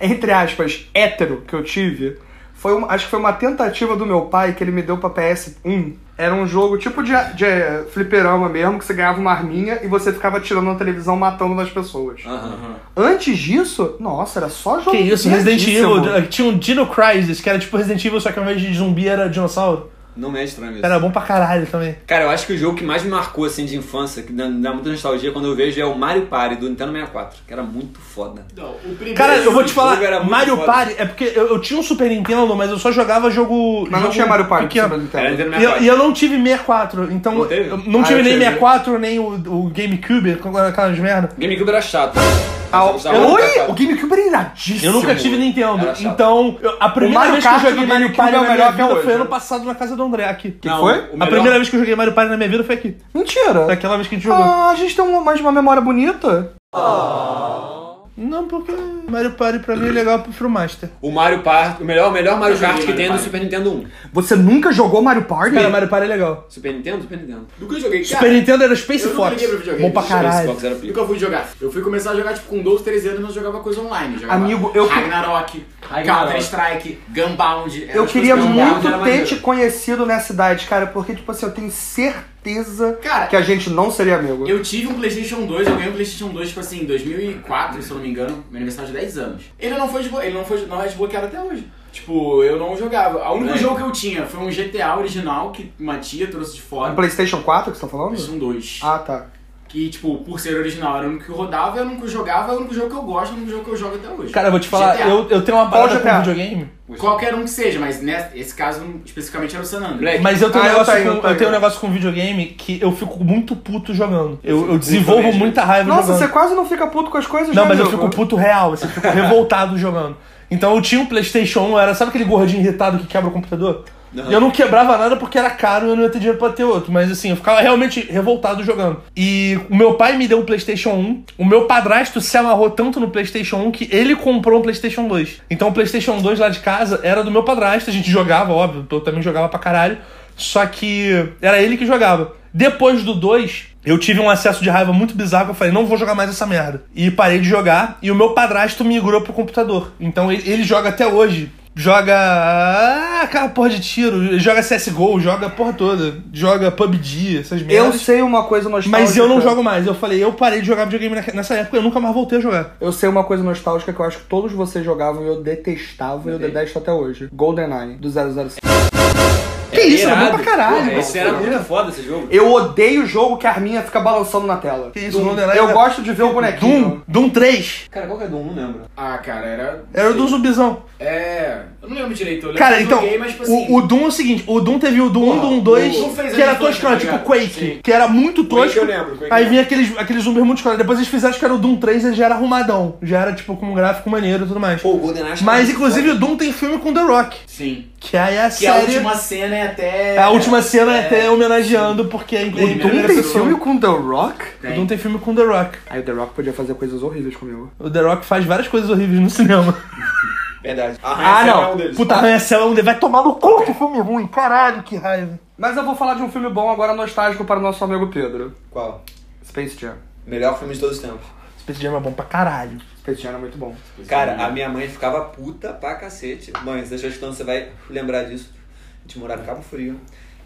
[SPEAKER 1] entre aspas, hétero que eu tive, foi um- acho que foi uma tentativa do meu pai que ele me deu pra PS1. Era um jogo tipo de, de fliperama mesmo, que você ganhava uma arminha e você ficava tirando na televisão, matando as pessoas.
[SPEAKER 3] Aham.
[SPEAKER 1] Antes disso, nossa, era só jogo.
[SPEAKER 2] Que isso, Resident
[SPEAKER 1] viadíssimo.
[SPEAKER 2] Evil. Tinha um Dino Crisis, que era tipo Resident Evil, só que ao invés de zumbi era dinossauro.
[SPEAKER 3] Não me é estranho isso.
[SPEAKER 2] Era bom pra caralho também.
[SPEAKER 3] Cara, eu acho que o jogo que mais me marcou assim de infância, que dá, dá muita nostalgia quando eu vejo, é o Mario Party do Nintendo 64, que era muito foda.
[SPEAKER 5] Não, o primeiro.
[SPEAKER 2] Cara, eu vou te
[SPEAKER 3] Esse
[SPEAKER 2] falar,
[SPEAKER 3] jogo era muito
[SPEAKER 2] Mario
[SPEAKER 3] foda.
[SPEAKER 2] Party, é porque eu, eu tinha um Super Nintendo, mas eu só jogava jogo.
[SPEAKER 1] Mas não
[SPEAKER 2] jogo
[SPEAKER 1] tinha Mario Party.
[SPEAKER 2] pequeno.
[SPEAKER 5] É,
[SPEAKER 1] pra Nintendo.
[SPEAKER 3] Era Nintendo
[SPEAKER 2] E eu,
[SPEAKER 3] 64.
[SPEAKER 2] e eu não tive 64, então
[SPEAKER 3] Não teve?
[SPEAKER 2] eu não
[SPEAKER 1] Ah,
[SPEAKER 2] tive
[SPEAKER 1] eu
[SPEAKER 2] nem
[SPEAKER 1] tive.
[SPEAKER 2] 64, nem o, o GameCube, com aquelas merda.
[SPEAKER 3] GameCube era chato.
[SPEAKER 1] Ah,
[SPEAKER 3] Eu gostava muito
[SPEAKER 1] Oi?
[SPEAKER 3] da-
[SPEAKER 1] O GameCube era iradíssimo.
[SPEAKER 2] Eu nunca tive Nintendo,
[SPEAKER 3] Era chato.
[SPEAKER 2] então eu- a primeira
[SPEAKER 1] Mario
[SPEAKER 2] vez
[SPEAKER 1] Kart
[SPEAKER 2] que eu joguei
[SPEAKER 1] do
[SPEAKER 2] Mario
[SPEAKER 1] GameCube
[SPEAKER 2] Party
[SPEAKER 1] é o
[SPEAKER 2] na minha
[SPEAKER 1] melhor
[SPEAKER 2] vida
[SPEAKER 1] até hoje,
[SPEAKER 2] foi ano
[SPEAKER 1] né?
[SPEAKER 2] passado na casa do André aqui.
[SPEAKER 1] Que foi?
[SPEAKER 3] o
[SPEAKER 2] A
[SPEAKER 3] melhor-
[SPEAKER 2] primeira vez que eu joguei Mario Party na minha vida foi aqui.
[SPEAKER 1] Mentira.
[SPEAKER 2] Daquela vez que a gente jogou.
[SPEAKER 1] Ah, a gente tem uma- mais uma memória bonita.
[SPEAKER 2] Não, porque Mario Party pra mim é legal pro Master.
[SPEAKER 3] O Mario Party, o melhor, o melhor Mario Kart que
[SPEAKER 5] Mario
[SPEAKER 3] tem é do
[SPEAKER 5] Party.
[SPEAKER 3] Super Nintendo 1.
[SPEAKER 1] Você nunca jogou Mario Party?
[SPEAKER 2] Cara, Mario Party é legal.
[SPEAKER 3] Super Nintendo, Super Nintendo.
[SPEAKER 5] Nunca joguei. Cara,
[SPEAKER 2] Super Nintendo era Space
[SPEAKER 5] eu nunca
[SPEAKER 2] Fox.
[SPEAKER 5] liguei pro videogame.
[SPEAKER 2] Bom pra
[SPEAKER 5] Space
[SPEAKER 2] caralho.
[SPEAKER 3] Xbox era pica.
[SPEAKER 5] Nunca fui jogar. Eu fui começar a jogar tipo com 12, 13 anos, mas eu jogava coisa online. Jogava
[SPEAKER 1] Amigo, eu-
[SPEAKER 5] Ragnarok,
[SPEAKER 6] Ragnarok.
[SPEAKER 5] Counter-Strike, Gunbound. eram
[SPEAKER 1] Eu
[SPEAKER 5] as
[SPEAKER 1] queria
[SPEAKER 5] coisas que eu jogava,
[SPEAKER 1] muito
[SPEAKER 5] era
[SPEAKER 1] ter
[SPEAKER 5] maneiro.
[SPEAKER 1] te conhecido nessa idade, cara, porque, tipo assim, eu tenho certeza certeza
[SPEAKER 5] Cara,
[SPEAKER 1] que a gente não seria amigo.
[SPEAKER 5] Eu tive um PlayStation 2, eu ganhei um PlayStation 2, tipo assim, em 2004, se eu não me engano, meu aniversário de 10 anos. Ele não foi, desblo- ele não foi não é desbloqueado até hoje. Tipo, eu não jogava. O único
[SPEAKER 3] É.
[SPEAKER 5] jogo que eu tinha foi um GTA original que uma tia trouxe de
[SPEAKER 1] No
[SPEAKER 5] fora.
[SPEAKER 1] PlayStation 4 que você tá falando?
[SPEAKER 5] PlayStation 2.
[SPEAKER 1] Ah, tá.
[SPEAKER 5] Que, tipo, por ser original, era o único que rodava, era o único que jogava, era o único jogo que eu gosto, era o único jogo que eu jogo até hoje.
[SPEAKER 2] Cara, eu vou te falar,
[SPEAKER 5] GTA.
[SPEAKER 2] eu, eu tenho uma
[SPEAKER 1] Qual
[SPEAKER 2] parada com
[SPEAKER 1] GTA?
[SPEAKER 2] videogame,
[SPEAKER 5] Qualquer um que seja, mas nesse esse caso especificamente era o San Andreas.
[SPEAKER 2] mas eu tenho,
[SPEAKER 1] Ah,
[SPEAKER 2] um
[SPEAKER 1] eu
[SPEAKER 2] negócio
[SPEAKER 1] tenho,
[SPEAKER 2] com,
[SPEAKER 1] eu
[SPEAKER 2] eu
[SPEAKER 1] tenho.
[SPEAKER 2] tenho um negócio com videogame que eu fico muito puto jogando. Eu, eu desenvolvo
[SPEAKER 3] mesmo.
[SPEAKER 2] muita raiva
[SPEAKER 1] Nossa,
[SPEAKER 2] jogando.
[SPEAKER 1] você quase não fica puto com as coisas,
[SPEAKER 2] Não,
[SPEAKER 1] né,
[SPEAKER 2] mas eu
[SPEAKER 1] amigo?
[SPEAKER 2] fico puto real, assim, eu fico revoltado jogando. Então eu tinha um Playstation 1, eu era, sabe aquele gordinho irritado que quebra o computador? E Eu não quebrava nada porque era caro e eu não ia ter dinheiro pra ter outro, mas assim, eu ficava realmente revoltado jogando. E o meu pai me deu um Playstation 1, o meu padrasto se amarrou tanto no Playstation 1 que ele comprou um Playstation 2. Então o Playstation 2 lá de casa era do meu padrasto, a gente jogava, óbvio, eu também jogava pra caralho, só que era ele que jogava. Depois do 2, eu tive um acesso de raiva muito bizarro que eu falei, não vou jogar mais essa merda. E parei de jogar, e o meu padrasto migrou pro computador. Então ele, ele joga até hoje. Joga. Ah, aquela porra de tiro. ele Joga CSGO, joga a porra toda. Joga PUBG, essas
[SPEAKER 1] Eu
[SPEAKER 2] merdas.
[SPEAKER 1] sei uma coisa nostálgica.
[SPEAKER 2] Mas eu não jogo mais. Eu falei, eu parei de jogar videogame naque- nessa época, eu nunca mais voltei a jogar.
[SPEAKER 1] Eu sei uma coisa nostálgica que eu acho que todos vocês jogavam e eu detestava e eu detesto até hoje. GoldenEye, do 007.
[SPEAKER 2] que isso, era bom pra caralho.
[SPEAKER 3] É Porra, esse era muito foda esse jogo.
[SPEAKER 1] Eu odeio o jogo que a arminha fica balançando na tela.
[SPEAKER 2] Que isso,
[SPEAKER 1] Doom.
[SPEAKER 2] GoldenEye
[SPEAKER 1] Eu
[SPEAKER 2] era-
[SPEAKER 1] gosto de ver o
[SPEAKER 2] Doom,
[SPEAKER 1] bonequinho.
[SPEAKER 2] Doom 3.
[SPEAKER 3] Cara, qual que é do 1? Não lembro.
[SPEAKER 5] Ah, cara, era.
[SPEAKER 2] Era o do zumbizão.
[SPEAKER 5] É. Eu não lembro direito, eu lembro
[SPEAKER 2] Cara,
[SPEAKER 5] que eu
[SPEAKER 2] então,
[SPEAKER 5] joguei, mas tipo
[SPEAKER 2] o-
[SPEAKER 5] assim.
[SPEAKER 2] o, Doom é o seguinte, o Doom teve o Doom 1, Doom
[SPEAKER 5] o Doom
[SPEAKER 2] 2,
[SPEAKER 5] fez
[SPEAKER 2] que
[SPEAKER 5] a
[SPEAKER 2] era
[SPEAKER 5] infância,
[SPEAKER 2] toscão,
[SPEAKER 5] tá
[SPEAKER 2] tipo
[SPEAKER 5] ligado?
[SPEAKER 2] Quake,
[SPEAKER 5] Sim.
[SPEAKER 2] que era muito
[SPEAKER 3] Quake
[SPEAKER 2] tosco.
[SPEAKER 3] eu lembro. Quake
[SPEAKER 2] Aí
[SPEAKER 3] eu
[SPEAKER 2] vinha aqueles, aqueles zumbis muito escolares. Depois eles fizeram, acho que era o Doom 3, ele já era arrumadão. Já era, tipo, com um gráfico maneiro e tudo mais.
[SPEAKER 3] Pô, o GoldenEye acho que
[SPEAKER 2] Mas,
[SPEAKER 3] era
[SPEAKER 2] inclusive,
[SPEAKER 3] foda.
[SPEAKER 2] o Doom tem filme com The Rock.
[SPEAKER 5] Sim.
[SPEAKER 2] Que aí é a
[SPEAKER 5] Que a
[SPEAKER 2] série...
[SPEAKER 5] última cena é até.
[SPEAKER 2] a última cena é até homenageando, porque é em, em
[SPEAKER 1] Doom
[SPEAKER 2] primeira
[SPEAKER 1] tem
[SPEAKER 2] pessoa.
[SPEAKER 1] filme com The Rock?
[SPEAKER 2] O Doom tem filme com The Rock.
[SPEAKER 1] Aí o The Rock podia fazer coisas horríveis comigo.
[SPEAKER 2] O The Rock faz várias coisas horríveis no cinema.
[SPEAKER 3] Verdade.
[SPEAKER 1] Ah,
[SPEAKER 3] Arranha-Céu
[SPEAKER 1] não.
[SPEAKER 3] é um deles.
[SPEAKER 2] Puta, arranha-céu é um de- Vai tomar no cu, que filme ruim. Caralho, que raiva.
[SPEAKER 1] Mas eu vou falar de um filme bom agora nostálgico para o nosso amigo Pedro.
[SPEAKER 3] Qual?
[SPEAKER 1] Space Jam.
[SPEAKER 3] Melhor filme de todos os tempos.
[SPEAKER 2] Space Jam é bom pra caralho.
[SPEAKER 1] Space Jam era muito bom.
[SPEAKER 3] Cara, a minha mãe ficava puta pra cacete. Mãe, se deixar estudando, você vai lembrar disso. A gente morava em Cabo Frio.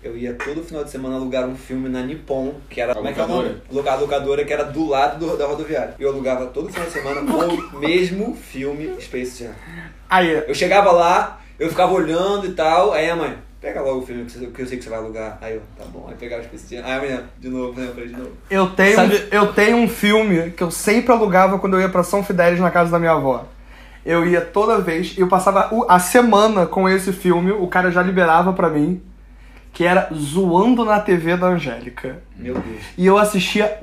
[SPEAKER 3] Eu ia todo final de semana alugar um filme na Nippon, que era. Como é que é o nome? Loca- locadora, que era do lado do- da rodoviária. Eu alugava todo final de semana o mesmo filme Space Jam.
[SPEAKER 1] Aí,
[SPEAKER 3] Eu chegava lá, eu ficava olhando e tal. Aí a mãe, pega logo o filme que, você- que eu sei que você vai alugar. Aí eu, tá bom. Aí pegava o Space Jam. Aí amanhã, de novo, né? Eu falei de novo.
[SPEAKER 1] eu tenho,
[SPEAKER 2] Sabe-
[SPEAKER 1] eu tenho um filme que eu sempre alugava quando eu ia pra São Fidélis na casa da minha avó. Eu ia toda vez, eu passava o- a semana com esse filme, o cara já liberava pra mim, que era Zoando na TV da Angélica.
[SPEAKER 3] Meu Deus.
[SPEAKER 1] E eu assistia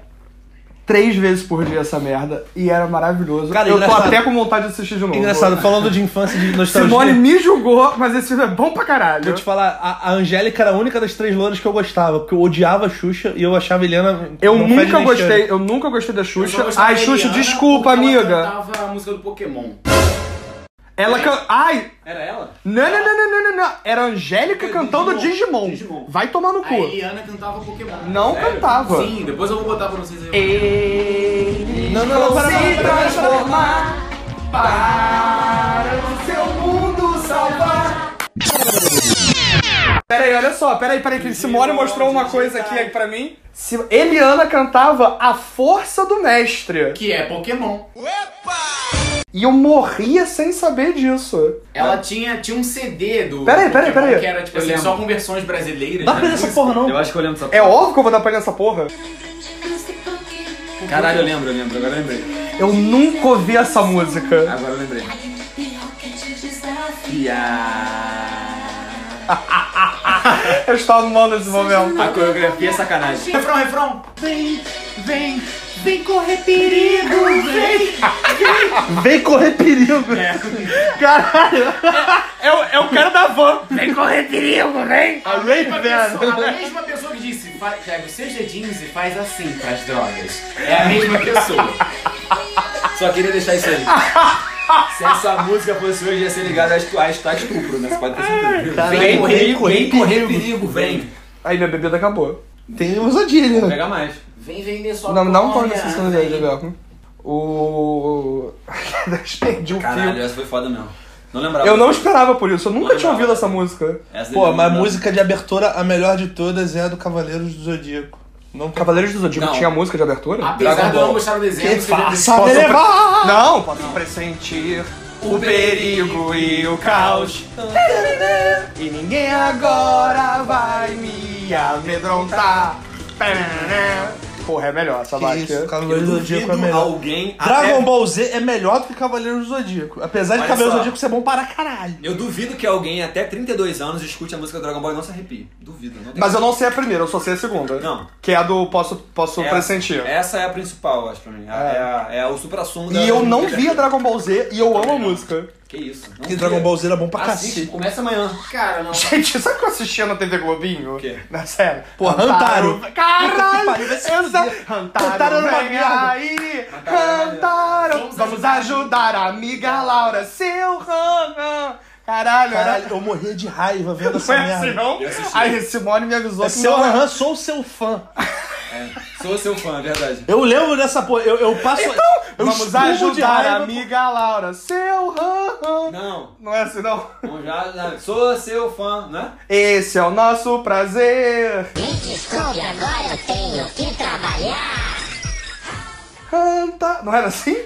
[SPEAKER 1] três vezes por dia essa merda, e era maravilhoso.
[SPEAKER 2] Cara,
[SPEAKER 1] eu
[SPEAKER 2] engraçado.
[SPEAKER 1] tô até com vontade de assistir de novo.
[SPEAKER 2] Engraçado, falando de infância e de nostalgia.
[SPEAKER 1] Simone me julgou, mas esse filme é bom pra caralho.
[SPEAKER 2] Vou te falar, a, a Angélica era a única das três louras que eu gostava, porque eu odiava a Xuxa e eu achava a Helena. um
[SPEAKER 1] Eu
[SPEAKER 2] não fede
[SPEAKER 1] nunca
[SPEAKER 2] nem cheira.
[SPEAKER 1] gostei, eu nunca gostei da
[SPEAKER 5] Eu só
[SPEAKER 1] Xuxa.
[SPEAKER 5] gostava
[SPEAKER 1] Ai,
[SPEAKER 5] da
[SPEAKER 1] Xuxa,
[SPEAKER 5] Eliana
[SPEAKER 1] desculpa,
[SPEAKER 5] porque
[SPEAKER 1] amiga.
[SPEAKER 5] Ela cantava a música do Pokémon.
[SPEAKER 1] Ela can... Ai!
[SPEAKER 3] Era ela?
[SPEAKER 1] Não, não, não, não, não, não, não. Era a Angélica
[SPEAKER 2] É,
[SPEAKER 3] Foi
[SPEAKER 1] cantando Digimon.
[SPEAKER 3] Digimon. Digimon.
[SPEAKER 1] Vai tomar no
[SPEAKER 5] A
[SPEAKER 1] cu.
[SPEAKER 5] Eliana cantava Pokémon.
[SPEAKER 1] Não
[SPEAKER 5] Sério?
[SPEAKER 1] cantava. É.
[SPEAKER 5] Sim, depois eu vou botar pra vocês aí.
[SPEAKER 1] Eles
[SPEAKER 2] Não, não, não, para, para, para, para, para.
[SPEAKER 1] para o seu mundo salvar. Peraí, olha só, peraí, peraí, que Simone mostrou uma coisa aqui aí pra mim. Se- Eliana cantava A Força do Mestre.
[SPEAKER 5] Que é Pokémon.
[SPEAKER 1] E eu morria sem saber disso.
[SPEAKER 5] Ela tinha, tinha um CD do.
[SPEAKER 1] Peraí,
[SPEAKER 5] do
[SPEAKER 1] peraí,
[SPEAKER 5] Pokémon
[SPEAKER 1] peraí.
[SPEAKER 5] Que era tipo
[SPEAKER 3] Eu
[SPEAKER 5] assim,
[SPEAKER 3] lembro.
[SPEAKER 5] só com versões brasileiras.
[SPEAKER 2] Dá
[SPEAKER 5] né?
[SPEAKER 2] pra ver essa porra, não.
[SPEAKER 3] Eu acho que eu lembro dessa
[SPEAKER 1] É óbvio que eu vou dar pra ele essa porra.
[SPEAKER 3] Caralho, eu lembro, eu lembro. Agora eu lembrei.
[SPEAKER 1] Eu nunca ouvi essa música.
[SPEAKER 3] Agora eu lembrei.
[SPEAKER 1] Eu estava amando esse momento.
[SPEAKER 3] A coreografia é sacanagem.
[SPEAKER 5] Refrão, refrão. Vem, vem, vem correr perigo, vem.
[SPEAKER 2] Vem correr perigo. Caralho.
[SPEAKER 1] É, o- é o cara da van.
[SPEAKER 5] Vem correr perigo, vem.
[SPEAKER 2] A Rape Van.
[SPEAKER 5] A mesma pessoa que disse, fa- pega os seus dedinhos e faz assim pras drogas. É a mesma pessoa.
[SPEAKER 3] Só queria deixar isso aí. Se essa música fosse hoje, ia ser ligada a estu- a estar estupro, né? Você pode ter certeza.
[SPEAKER 2] Vem correr,
[SPEAKER 3] vem
[SPEAKER 2] correr,
[SPEAKER 3] correr, perigo, vem.
[SPEAKER 1] Aí minha bebida acabou.
[SPEAKER 2] Tem ousadia ali, né?
[SPEAKER 3] Pega mais.
[SPEAKER 5] Vem vender sua
[SPEAKER 1] Não, não
[SPEAKER 5] colônia,
[SPEAKER 1] conta essa história
[SPEAKER 5] vem.
[SPEAKER 1] dele, Gabriel. O. Perdi um
[SPEAKER 3] Caralho,
[SPEAKER 1] fio.
[SPEAKER 3] essa foi foda mesmo. Não lembrava.
[SPEAKER 1] Eu não esperava por isso, eu nunca
[SPEAKER 3] Não
[SPEAKER 1] tinha
[SPEAKER 3] lembrava.
[SPEAKER 1] ouvido essa música.
[SPEAKER 3] Essa
[SPEAKER 8] Pô,
[SPEAKER 3] daí
[SPEAKER 8] mas a
[SPEAKER 3] não-
[SPEAKER 8] música de abertura, a melhor de todas, é a do Cavaleiros do Zodíaco. Não
[SPEAKER 1] Cavaleiros do Zodíaco
[SPEAKER 4] Não.
[SPEAKER 1] tinha música de abertura?
[SPEAKER 4] Apesar de eu não gostar do desenho, você já-
[SPEAKER 8] Posso
[SPEAKER 1] Posso
[SPEAKER 8] levar!
[SPEAKER 1] pre- Não, posso pressentir o perigo e o caos. E ninguém agora vai me amedrontar. Porra, é melhor essa
[SPEAKER 8] Que
[SPEAKER 1] bike.
[SPEAKER 8] isso,
[SPEAKER 3] Eu
[SPEAKER 8] Cavaleiros do Zodíaco é
[SPEAKER 3] duvido
[SPEAKER 8] melhor.
[SPEAKER 3] alguém.
[SPEAKER 8] Dragon
[SPEAKER 3] até-
[SPEAKER 8] Ball Z é melhor do que Cavaleiros do Zodíaco. Apesar de
[SPEAKER 3] Olha
[SPEAKER 8] Cavaleiros do
[SPEAKER 3] só.
[SPEAKER 8] Zodíaco ser bom para caralho.
[SPEAKER 3] Eu duvido que alguém até 32 anos escute a música do Dragon Ball e não se arrepie. Duvido. Não tem
[SPEAKER 1] Mas eu não sei a primeira, eu só sei a segunda.
[SPEAKER 3] Não.
[SPEAKER 1] Que é a do Posso, posso
[SPEAKER 3] É,
[SPEAKER 1] Pressentir.
[SPEAKER 3] Essa é a principal, acho, pra mim. É, é a- é o supra-sumo da...
[SPEAKER 1] E eu não vi a Dragon Ball Z e eu amo a música.
[SPEAKER 3] Que isso. Não
[SPEAKER 8] Que
[SPEAKER 3] vi.
[SPEAKER 8] Dragon Ball Z era bom pra
[SPEAKER 3] Assiste,
[SPEAKER 8] cacete.
[SPEAKER 3] começa amanhã.
[SPEAKER 4] Cara, não.
[SPEAKER 1] Gente, sabe o que eu assistia na TV Globinho? O
[SPEAKER 3] quê?
[SPEAKER 1] Na série.
[SPEAKER 8] Pô, Rantaro.
[SPEAKER 1] Caralho!
[SPEAKER 8] Puta que pariu, vai se
[SPEAKER 1] Essa...
[SPEAKER 8] fuder.
[SPEAKER 1] Rantaro,
[SPEAKER 8] Rantaro era uma
[SPEAKER 1] vem
[SPEAKER 8] merda.
[SPEAKER 1] aí! Rantaro!
[SPEAKER 4] Vamos
[SPEAKER 1] Vamos ajudar a amiga Laura, seu Rana! Caralho,
[SPEAKER 8] Caralho,
[SPEAKER 1] era...
[SPEAKER 8] eu morria de raiva vendo
[SPEAKER 1] Não
[SPEAKER 8] essa
[SPEAKER 1] foi assim,
[SPEAKER 8] merda.
[SPEAKER 1] não? Aí a Simone me avisou
[SPEAKER 8] É
[SPEAKER 1] que
[SPEAKER 8] seu
[SPEAKER 1] não era.
[SPEAKER 8] Rahan, sou seu fã.
[SPEAKER 3] É. Sou seu fã, é verdade.
[SPEAKER 8] Eu lembro dessa porra, eu, eu passo. eu
[SPEAKER 1] Vamos
[SPEAKER 8] espumo um de
[SPEAKER 1] ajudar a
[SPEAKER 8] raiva.
[SPEAKER 1] amiga Laura, seu Rana!
[SPEAKER 3] Não.
[SPEAKER 1] Não é assim, não?
[SPEAKER 3] Bom, já, já. Sou seu fã, né?
[SPEAKER 1] Esse é o nosso prazer!
[SPEAKER 9] Desculpe, agora eu tenho que trabalhar.
[SPEAKER 1] Ranta... Não era assim?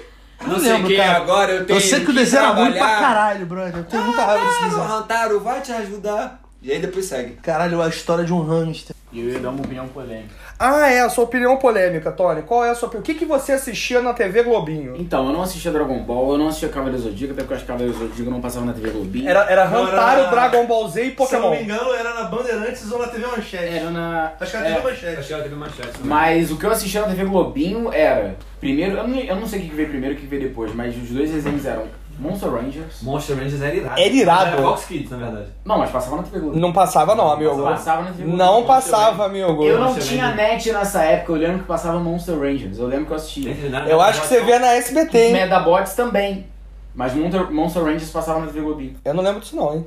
[SPEAKER 3] Não, sei
[SPEAKER 8] lembro,
[SPEAKER 3] quem
[SPEAKER 1] é.
[SPEAKER 8] cara.
[SPEAKER 3] agora eu tenho
[SPEAKER 8] Eu sei que o desenho era ruim pra
[SPEAKER 3] trabalhar.
[SPEAKER 8] caralho, brother. Eu tenho muita raiva desse
[SPEAKER 3] Claro,
[SPEAKER 8] desenho.
[SPEAKER 3] Rantaro vai te ajudar. E aí depois segue.
[SPEAKER 8] Caralho, a história de um hamster.
[SPEAKER 5] E eu ia dar uma opinião polêmica.
[SPEAKER 1] Ah, é, a sua opinião polêmica, Tony. Qual é a sua opinião? O que, que você assistia na TV Globinho?
[SPEAKER 5] Então, eu não assistia Dragon Ball, eu não assistia Cavaleiros do Zodíaco, até porque eu acho que Cavaleiros do Zodíaco não passava na TV Globinho.
[SPEAKER 1] Era, era
[SPEAKER 2] Não, era
[SPEAKER 1] Rantaro,
[SPEAKER 2] na-
[SPEAKER 1] Dragon Ball Z e
[SPEAKER 2] Se eu não
[SPEAKER 1] Pokémon.
[SPEAKER 2] me engano, era na Bandeirantes ou na TV Manchete.
[SPEAKER 5] Era na...
[SPEAKER 2] Acho que era
[SPEAKER 5] é,
[SPEAKER 2] TV Manchete.
[SPEAKER 3] que ela teve manchete. né?
[SPEAKER 5] Mas o que eu assistia na TV Globinho era... Primeiro, eu não, eu não sei o que que veio primeiro e o que que veio depois, mas os dois desenhos eram Monster Rangers...
[SPEAKER 3] Monster Rangers era irado.
[SPEAKER 1] Era irado.
[SPEAKER 3] Era Fox Kids, na verdade.
[SPEAKER 5] Não, mas passava na TV Globinho.
[SPEAKER 1] Não passava não, amigo.
[SPEAKER 5] Passava na TV Globinho.
[SPEAKER 1] Não passava, amigo.
[SPEAKER 5] Eu não
[SPEAKER 3] Monster
[SPEAKER 5] tinha
[SPEAKER 3] Rangers.
[SPEAKER 5] net nessa época, eu lembro que passava Monster Rangers, eu lembro que eu assistia.
[SPEAKER 1] Eu acho que você vê na SBT, hein?
[SPEAKER 5] Medabots também. Mas Monster, Monster Rangers passava na TV Globinho.
[SPEAKER 1] Eu não lembro disso não, hein?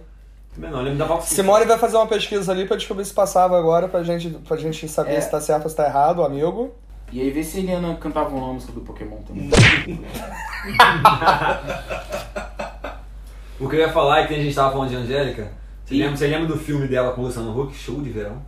[SPEAKER 3] Também não, eu lembro da Fox Kids.
[SPEAKER 1] Simone vai fazer uma pesquisa ali pra descobrir se passava agora, pra gente, pra gente saber
[SPEAKER 5] É.
[SPEAKER 1] se tá certo ou se tá errado, amigo.
[SPEAKER 5] E aí vê se ele Helena cantava uma música do Pokémon também.
[SPEAKER 3] O que eu ia falar é que a gente tava falando de Angélica. Você lembra, você lembra do filme dela com o Luciano Huck, Show de Verão?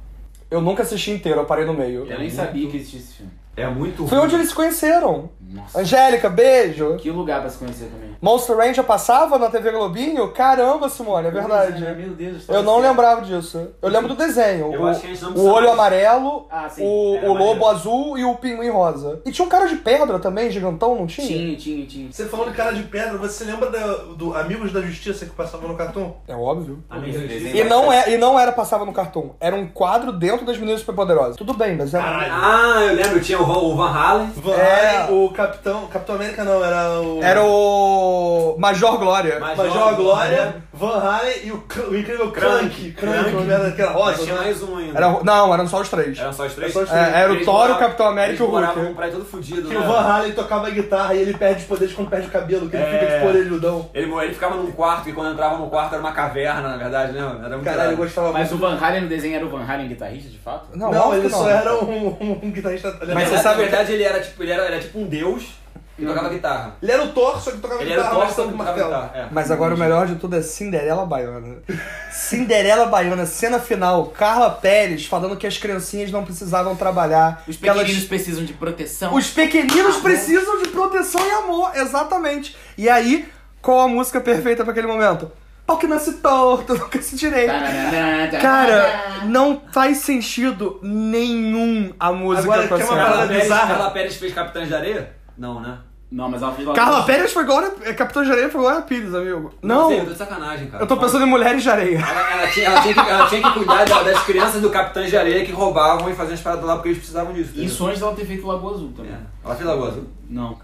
[SPEAKER 1] Eu nunca assisti inteiro, eu parei no meio.
[SPEAKER 5] Eu nem sabia que existia esse filme.
[SPEAKER 3] É muito
[SPEAKER 1] Foi
[SPEAKER 3] ruim.
[SPEAKER 1] onde eles se conheceram.
[SPEAKER 5] Nossa.
[SPEAKER 1] Angélica, beijo.
[SPEAKER 5] Que lugar pra se conhecer também.
[SPEAKER 1] Monster Ranger passava na TV Globinho? Caramba, Simone, é verdade.
[SPEAKER 5] Meu Deus,
[SPEAKER 1] Eu não lembrava disso. Eu lembro do desenho.
[SPEAKER 3] Eu
[SPEAKER 1] o,
[SPEAKER 3] acho que eles não
[SPEAKER 1] o
[SPEAKER 3] precisavam
[SPEAKER 1] olho
[SPEAKER 3] disso.
[SPEAKER 1] amarelo,
[SPEAKER 5] Ah, sim.
[SPEAKER 1] o,
[SPEAKER 5] Era
[SPEAKER 1] o lobo
[SPEAKER 5] maneiro.
[SPEAKER 1] azul e o pinguim rosa. E tinha um cara de pedra também, gigantão, não tinha?
[SPEAKER 5] Tinha, tinha, tinha.
[SPEAKER 2] Você falou de cara de pedra, você lembra da- do Amigos da Justiça que passava no Cartoon?
[SPEAKER 1] É óbvio.
[SPEAKER 3] Amigo, esse desenho
[SPEAKER 1] E
[SPEAKER 3] vai
[SPEAKER 1] não,
[SPEAKER 3] ficar-
[SPEAKER 1] é, e não era passava no cartoon. Era um quadro dentro das meninas superpoderosas. Tudo bem, mas era.
[SPEAKER 3] Ah, eu lembro, tinha o Van- o Van Halen.
[SPEAKER 2] Van
[SPEAKER 1] É.
[SPEAKER 2] Halen, o Capitão. Capitão América não, era o.
[SPEAKER 1] Era o. Major Glória.
[SPEAKER 3] Mas-
[SPEAKER 2] Major Glória, Van Halen e o, Cr- o incrível Crank.
[SPEAKER 3] né? Crank. né?
[SPEAKER 2] Crank,
[SPEAKER 3] Crank.
[SPEAKER 2] que era aquela
[SPEAKER 3] Mas
[SPEAKER 2] rosa.
[SPEAKER 3] tinha
[SPEAKER 2] né?
[SPEAKER 3] mais um ainda.
[SPEAKER 1] Era, não, eram só os três.
[SPEAKER 3] Eram só os três?
[SPEAKER 2] Eram só os
[SPEAKER 1] três. É, era o
[SPEAKER 3] Eles
[SPEAKER 1] Thor, o
[SPEAKER 3] moravam-
[SPEAKER 1] Capitão América e o
[SPEAKER 3] eles moravam
[SPEAKER 1] Hulk.
[SPEAKER 3] num prédio todo fudido,
[SPEAKER 2] Que
[SPEAKER 3] né?
[SPEAKER 2] o Van Halen tocava guitarra e ele perde os poderes quando perde o cabelo, que ele
[SPEAKER 3] É.
[SPEAKER 2] fica tipo orelhudão.
[SPEAKER 3] Ele, mo- ele ficava num quarto e quando entrava num quarto era uma caverna, na verdade, né? mano? Era muito
[SPEAKER 2] Caralho, eu
[SPEAKER 3] irado.
[SPEAKER 2] gostava
[SPEAKER 5] Mas o
[SPEAKER 2] muito.
[SPEAKER 5] Van Halen no desenho era o Van Halen guitarrista, de fato?
[SPEAKER 1] Não,
[SPEAKER 2] Não,
[SPEAKER 1] óbvio
[SPEAKER 2] ele
[SPEAKER 1] que
[SPEAKER 2] só
[SPEAKER 1] não.
[SPEAKER 2] era um, um guitarrista italiano.
[SPEAKER 3] Mas
[SPEAKER 1] você
[SPEAKER 3] você sabe,
[SPEAKER 1] sabe-
[SPEAKER 3] na verdade, ele era tipo, ele era, ele era tipo um deus
[SPEAKER 1] Hum.
[SPEAKER 3] que tocava guitarra.
[SPEAKER 2] Ele era o Thor, só que tocava
[SPEAKER 3] Ele era
[SPEAKER 2] guitarra,
[SPEAKER 3] o Thor,
[SPEAKER 2] mas
[SPEAKER 3] só
[SPEAKER 2] tanto
[SPEAKER 3] que tocava
[SPEAKER 2] martelo.
[SPEAKER 3] guitarra. é.
[SPEAKER 1] Mas agora o melhor de tudo é Cinderela Baiana. Cinderela Baiana, cena final, Carla Pérez falando que as criancinhas não precisavam trabalhar.
[SPEAKER 5] Os
[SPEAKER 1] que elas-
[SPEAKER 5] pequeninos precisam de proteção.
[SPEAKER 1] Os pequeninos precisam de proteção e amor, exatamente. E aí, qual a música perfeita pra aquele momento? Pau que nasce torto, não cresce direito. Cara, não faz sentido nenhum a música
[SPEAKER 2] Agora,
[SPEAKER 1] com
[SPEAKER 2] quer
[SPEAKER 1] essa música.
[SPEAKER 2] uma
[SPEAKER 3] Carla
[SPEAKER 2] parada
[SPEAKER 3] Pérez,
[SPEAKER 2] bizarra.
[SPEAKER 3] Carla Pérez fez Capitães de Areia? Não, né?
[SPEAKER 5] Não, mas ela fez logo.
[SPEAKER 1] Carla Pérez foi Glória... é, Capitão de Areia foi Glória Pires, amigo. Não,
[SPEAKER 3] sei, eu tô de sacanagem, cara.
[SPEAKER 1] eu tô pensando em Mulheres de Areia.
[SPEAKER 3] Ela, ela tinha, ela tinha que, ela tinha que cuidar da- das crianças do Capitães de Areia que roubavam e faziam as paradas lá porque eles precisavam disso. entendeu?
[SPEAKER 5] Isso antes dela ter feito Lagoa Azul também.
[SPEAKER 3] É. Ela fez Lagoa Azul.
[SPEAKER 5] Não.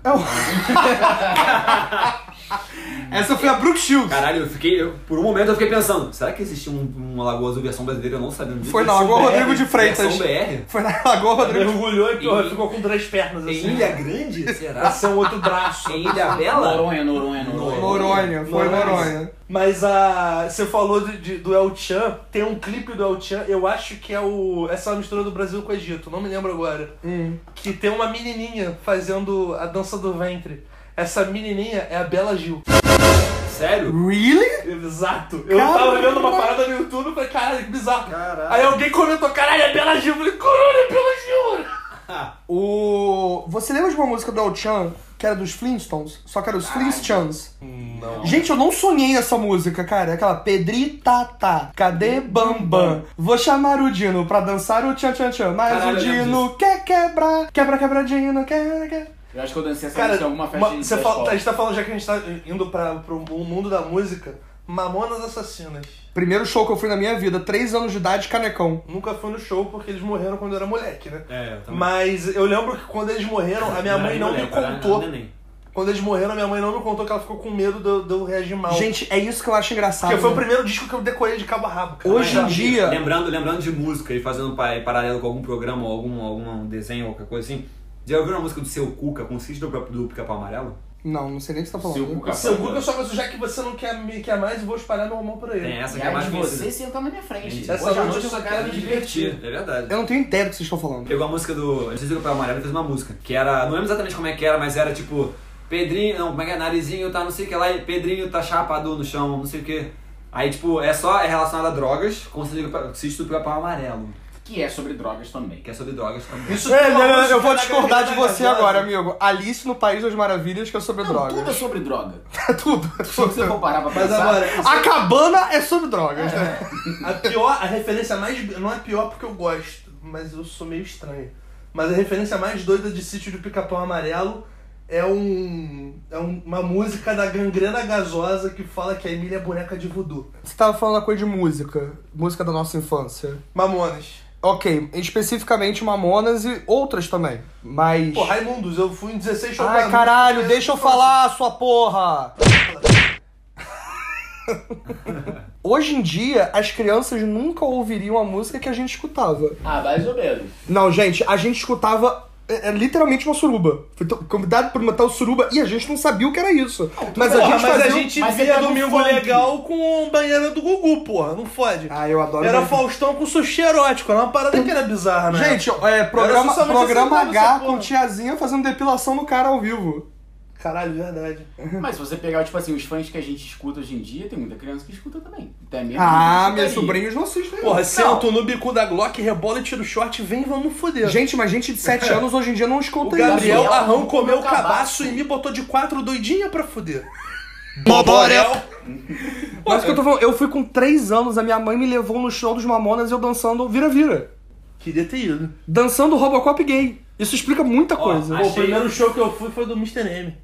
[SPEAKER 1] Essa foi a Brooke Shields.
[SPEAKER 3] Caralho, eu fiquei. eu- por um momento eu fiquei pensando, será que existe um, uma Lagoa Azul versão brasileira? Eu não sabendo disso.
[SPEAKER 1] Foi na
[SPEAKER 3] Versão
[SPEAKER 1] Lagoa
[SPEAKER 3] BR,
[SPEAKER 1] Rodrigo de Freitas.
[SPEAKER 3] um Versão BR?
[SPEAKER 1] Foi na Lagoa Rodrigo.
[SPEAKER 2] Mergulhou e pô,
[SPEAKER 3] Em-
[SPEAKER 2] ficou com três pernas
[SPEAKER 3] Em
[SPEAKER 2] assim.
[SPEAKER 3] Ilha Grande? Será?
[SPEAKER 2] Esse é um outro braço.
[SPEAKER 3] em Ilha Bela?
[SPEAKER 5] Noronha, Noronha, Noronha.
[SPEAKER 1] Noronha, foi
[SPEAKER 2] Noronha.
[SPEAKER 1] Noronha.
[SPEAKER 2] Mas a. Você falou de, de- do El Chan, tem um clipe do El Chan, eu acho que é o. Essa mistura do Brasil com o Egito, não me lembro agora.
[SPEAKER 5] Hum.
[SPEAKER 2] Que tem uma menininha fazendo a dança do ventre. Essa menininha é a Bela Gil.
[SPEAKER 3] Sério?
[SPEAKER 1] Really?
[SPEAKER 2] Exato. Eu tava olhando uma parada no YouTube e falei, caralho, que bizarro. Aí alguém comentou, caralho, é Bela Gil. Eu falei, caralho, é Bela Gil.
[SPEAKER 1] O. Você lembra de uma música do El Chan que era dos Flintstones? Só que era os Flintstones. Não. Gente, eu não sonhei essa música, cara. É Aquela Pedrita tá, cadê Bambam? Vou chamar o Dino pra dançar o Tchan Tchan Tchan. Mas
[SPEAKER 3] Caralho,
[SPEAKER 1] o
[SPEAKER 3] eu lembro
[SPEAKER 1] Dino quer quebrar. Quebra, quebra, Dino, quebra, quebra.
[SPEAKER 5] Eu acho que eu dancei essa
[SPEAKER 2] Cara,
[SPEAKER 5] música em alguma festa
[SPEAKER 2] ma-
[SPEAKER 5] de
[SPEAKER 2] você
[SPEAKER 5] da
[SPEAKER 2] fala-
[SPEAKER 5] escola.
[SPEAKER 2] a gente tá falando, já que a gente tá indo pra, pro mundo da música, Mamonas Assassinas.
[SPEAKER 1] Primeiro show que eu fui na minha vida, 3 anos de idade, canecão.
[SPEAKER 2] Nunca fui no show porque eles morreram quando eu era moleque, né?
[SPEAKER 10] É,
[SPEAKER 1] Então.
[SPEAKER 10] eu também.
[SPEAKER 2] Mas eu lembro que quando eles morreram, a minha mãe não me
[SPEAKER 1] né?
[SPEAKER 2] contou. Quando eles morreram, a minha mãe não me contou que ela ficou com medo de eu, de eu reagir mal.
[SPEAKER 1] Gente, é isso que eu acho engraçado.
[SPEAKER 2] porque foi o
[SPEAKER 1] né?
[SPEAKER 2] primeiro disco que eu decorei de cabo a rabo. cara.
[SPEAKER 1] Hoje em dia.
[SPEAKER 3] Lembrando, lembrando de música e fazendo pa- paralelo com algum programa ou algum, algum desenho ou qualquer coisa assim. Já ouviram a música do Seu Cuca com o Cícero do, do Pica-Pau Amarelo?
[SPEAKER 1] Não, não sei nem o que você tá falando.
[SPEAKER 5] Seu cu,
[SPEAKER 2] Seu
[SPEAKER 5] capaz.
[SPEAKER 2] Google só mas já que você não quer me quer mais, eu vou espalhar meu amor por ele.
[SPEAKER 3] Tem essa que é
[SPEAKER 5] Aliás,
[SPEAKER 3] mais
[SPEAKER 5] você
[SPEAKER 3] conhecida.
[SPEAKER 5] sentar na minha frente.
[SPEAKER 2] Essa
[SPEAKER 5] Hoje à
[SPEAKER 2] noite
[SPEAKER 5] noite
[SPEAKER 2] eu
[SPEAKER 5] eu só
[SPEAKER 2] só
[SPEAKER 5] quero
[SPEAKER 2] quero
[SPEAKER 5] me
[SPEAKER 2] me
[SPEAKER 5] divertir.
[SPEAKER 3] É verdade.
[SPEAKER 1] Eu não tenho ideia do que vocês estão falando.
[SPEAKER 3] Pegou a música do. Não sei se o Papel Amarelo fez uma música. Que era. Não lembro exatamente como é que era, mas era tipo. Pedrinho. Não, como é que é? Narizinho tá não sei o que lá e Pedrinho tá chapado no chão, não sei o que. Aí, tipo, é só. É relacionado a drogas com o cisto do Papel Amarelo.
[SPEAKER 5] Que é sobre drogas também.
[SPEAKER 3] Que é sobre drogas também.
[SPEAKER 2] Isso
[SPEAKER 1] É,
[SPEAKER 2] tem uma
[SPEAKER 1] não, não,
[SPEAKER 2] música
[SPEAKER 1] eu vou
[SPEAKER 2] da né?
[SPEAKER 1] discordar de
[SPEAKER 2] Gabriela
[SPEAKER 1] você
[SPEAKER 2] Gazosa.
[SPEAKER 1] agora, amigo. Alice no País das Maravilhas, que é sobre
[SPEAKER 5] Não, tudo é
[SPEAKER 1] drogas.
[SPEAKER 5] sobre droga.
[SPEAKER 1] Tudo.
[SPEAKER 5] Se você for parar pra
[SPEAKER 2] Mas
[SPEAKER 5] pensar...
[SPEAKER 2] agora,
[SPEAKER 1] A cabana é sobre drogas, né?
[SPEAKER 2] a pior, a referência mais. Não é pior porque eu gosto, mas eu sou meio estranho. Mas a referência mais doida de sítio do Pica-Pau Amarelo é um. É um- uma música da gangrena gasosa que fala que a Emília é boneca de voodoo.
[SPEAKER 1] Você tava falando a coisa de música. Música da nossa infância.
[SPEAKER 2] Mamonas.
[SPEAKER 1] Ok, especificamente Mamonas e outras também. Mas.
[SPEAKER 2] Pô, Raimundos, eu fui em 16 shows
[SPEAKER 1] Ai,
[SPEAKER 2] da-
[SPEAKER 1] caralho, deixa eu falar, sua porra! Hoje em dia, as crianças nunca ouviriam a música que a gente escutava.
[SPEAKER 5] Ah, mais ou menos.
[SPEAKER 1] Não, gente, a gente escutava é, é, literalmente uma suruba. Fui to- convidado por uma tal suruba e a gente não sabia o que era isso. mas a
[SPEAKER 2] Porra,
[SPEAKER 1] gente
[SPEAKER 2] mas
[SPEAKER 1] fazia... um
[SPEAKER 2] a gente né?
[SPEAKER 5] Mas você
[SPEAKER 2] via
[SPEAKER 5] tá no
[SPEAKER 2] Domingo
[SPEAKER 5] funk.
[SPEAKER 2] Legal com banheira do Gugu, porra. Não fode.
[SPEAKER 1] Ah, eu adoro...
[SPEAKER 2] Era
[SPEAKER 1] mas-
[SPEAKER 2] Faustão com sushi erótico. Era uma parada que era bizarra, né?
[SPEAKER 1] Gente, é,
[SPEAKER 2] Era
[SPEAKER 1] programa,
[SPEAKER 2] só- só
[SPEAKER 1] programa
[SPEAKER 2] você sabe
[SPEAKER 1] H
[SPEAKER 2] essa né?
[SPEAKER 1] com
[SPEAKER 2] porra.
[SPEAKER 1] tiazinha fazendo depilação no cara ao vivo.
[SPEAKER 2] Caralho, verdade.
[SPEAKER 5] Mas se você pegar, tipo assim, os fãs que a gente escuta hoje em dia, tem muita criança que escuta também. Até mesmo
[SPEAKER 1] Ah,
[SPEAKER 5] que
[SPEAKER 1] meus
[SPEAKER 5] escutaria.
[SPEAKER 1] sobrinhos não assistem.
[SPEAKER 2] Porra,
[SPEAKER 1] isso.
[SPEAKER 2] sento no bico da Glock, rebola e tira o short, vem, vamos foder.
[SPEAKER 1] Gente, mas gente de 7 anos hoje em dia não escuta
[SPEAKER 2] o Gabriel
[SPEAKER 5] Gabriel
[SPEAKER 2] arrancou
[SPEAKER 5] comeu
[SPEAKER 2] meu cabaço
[SPEAKER 5] cabaço.
[SPEAKER 2] e me botou de quatro doidinha pra foder.
[SPEAKER 1] isso. Mas o que eu tô falando, eu fui com 3 anos, a minha mãe me levou no show dos Mamonas e eu dançando vira-vira.
[SPEAKER 2] Queria ter ido.
[SPEAKER 1] Dançando Robocop gay. Isso explica muita coisa.
[SPEAKER 2] Pô, o primeiro show que eu fui foi do Mr. M.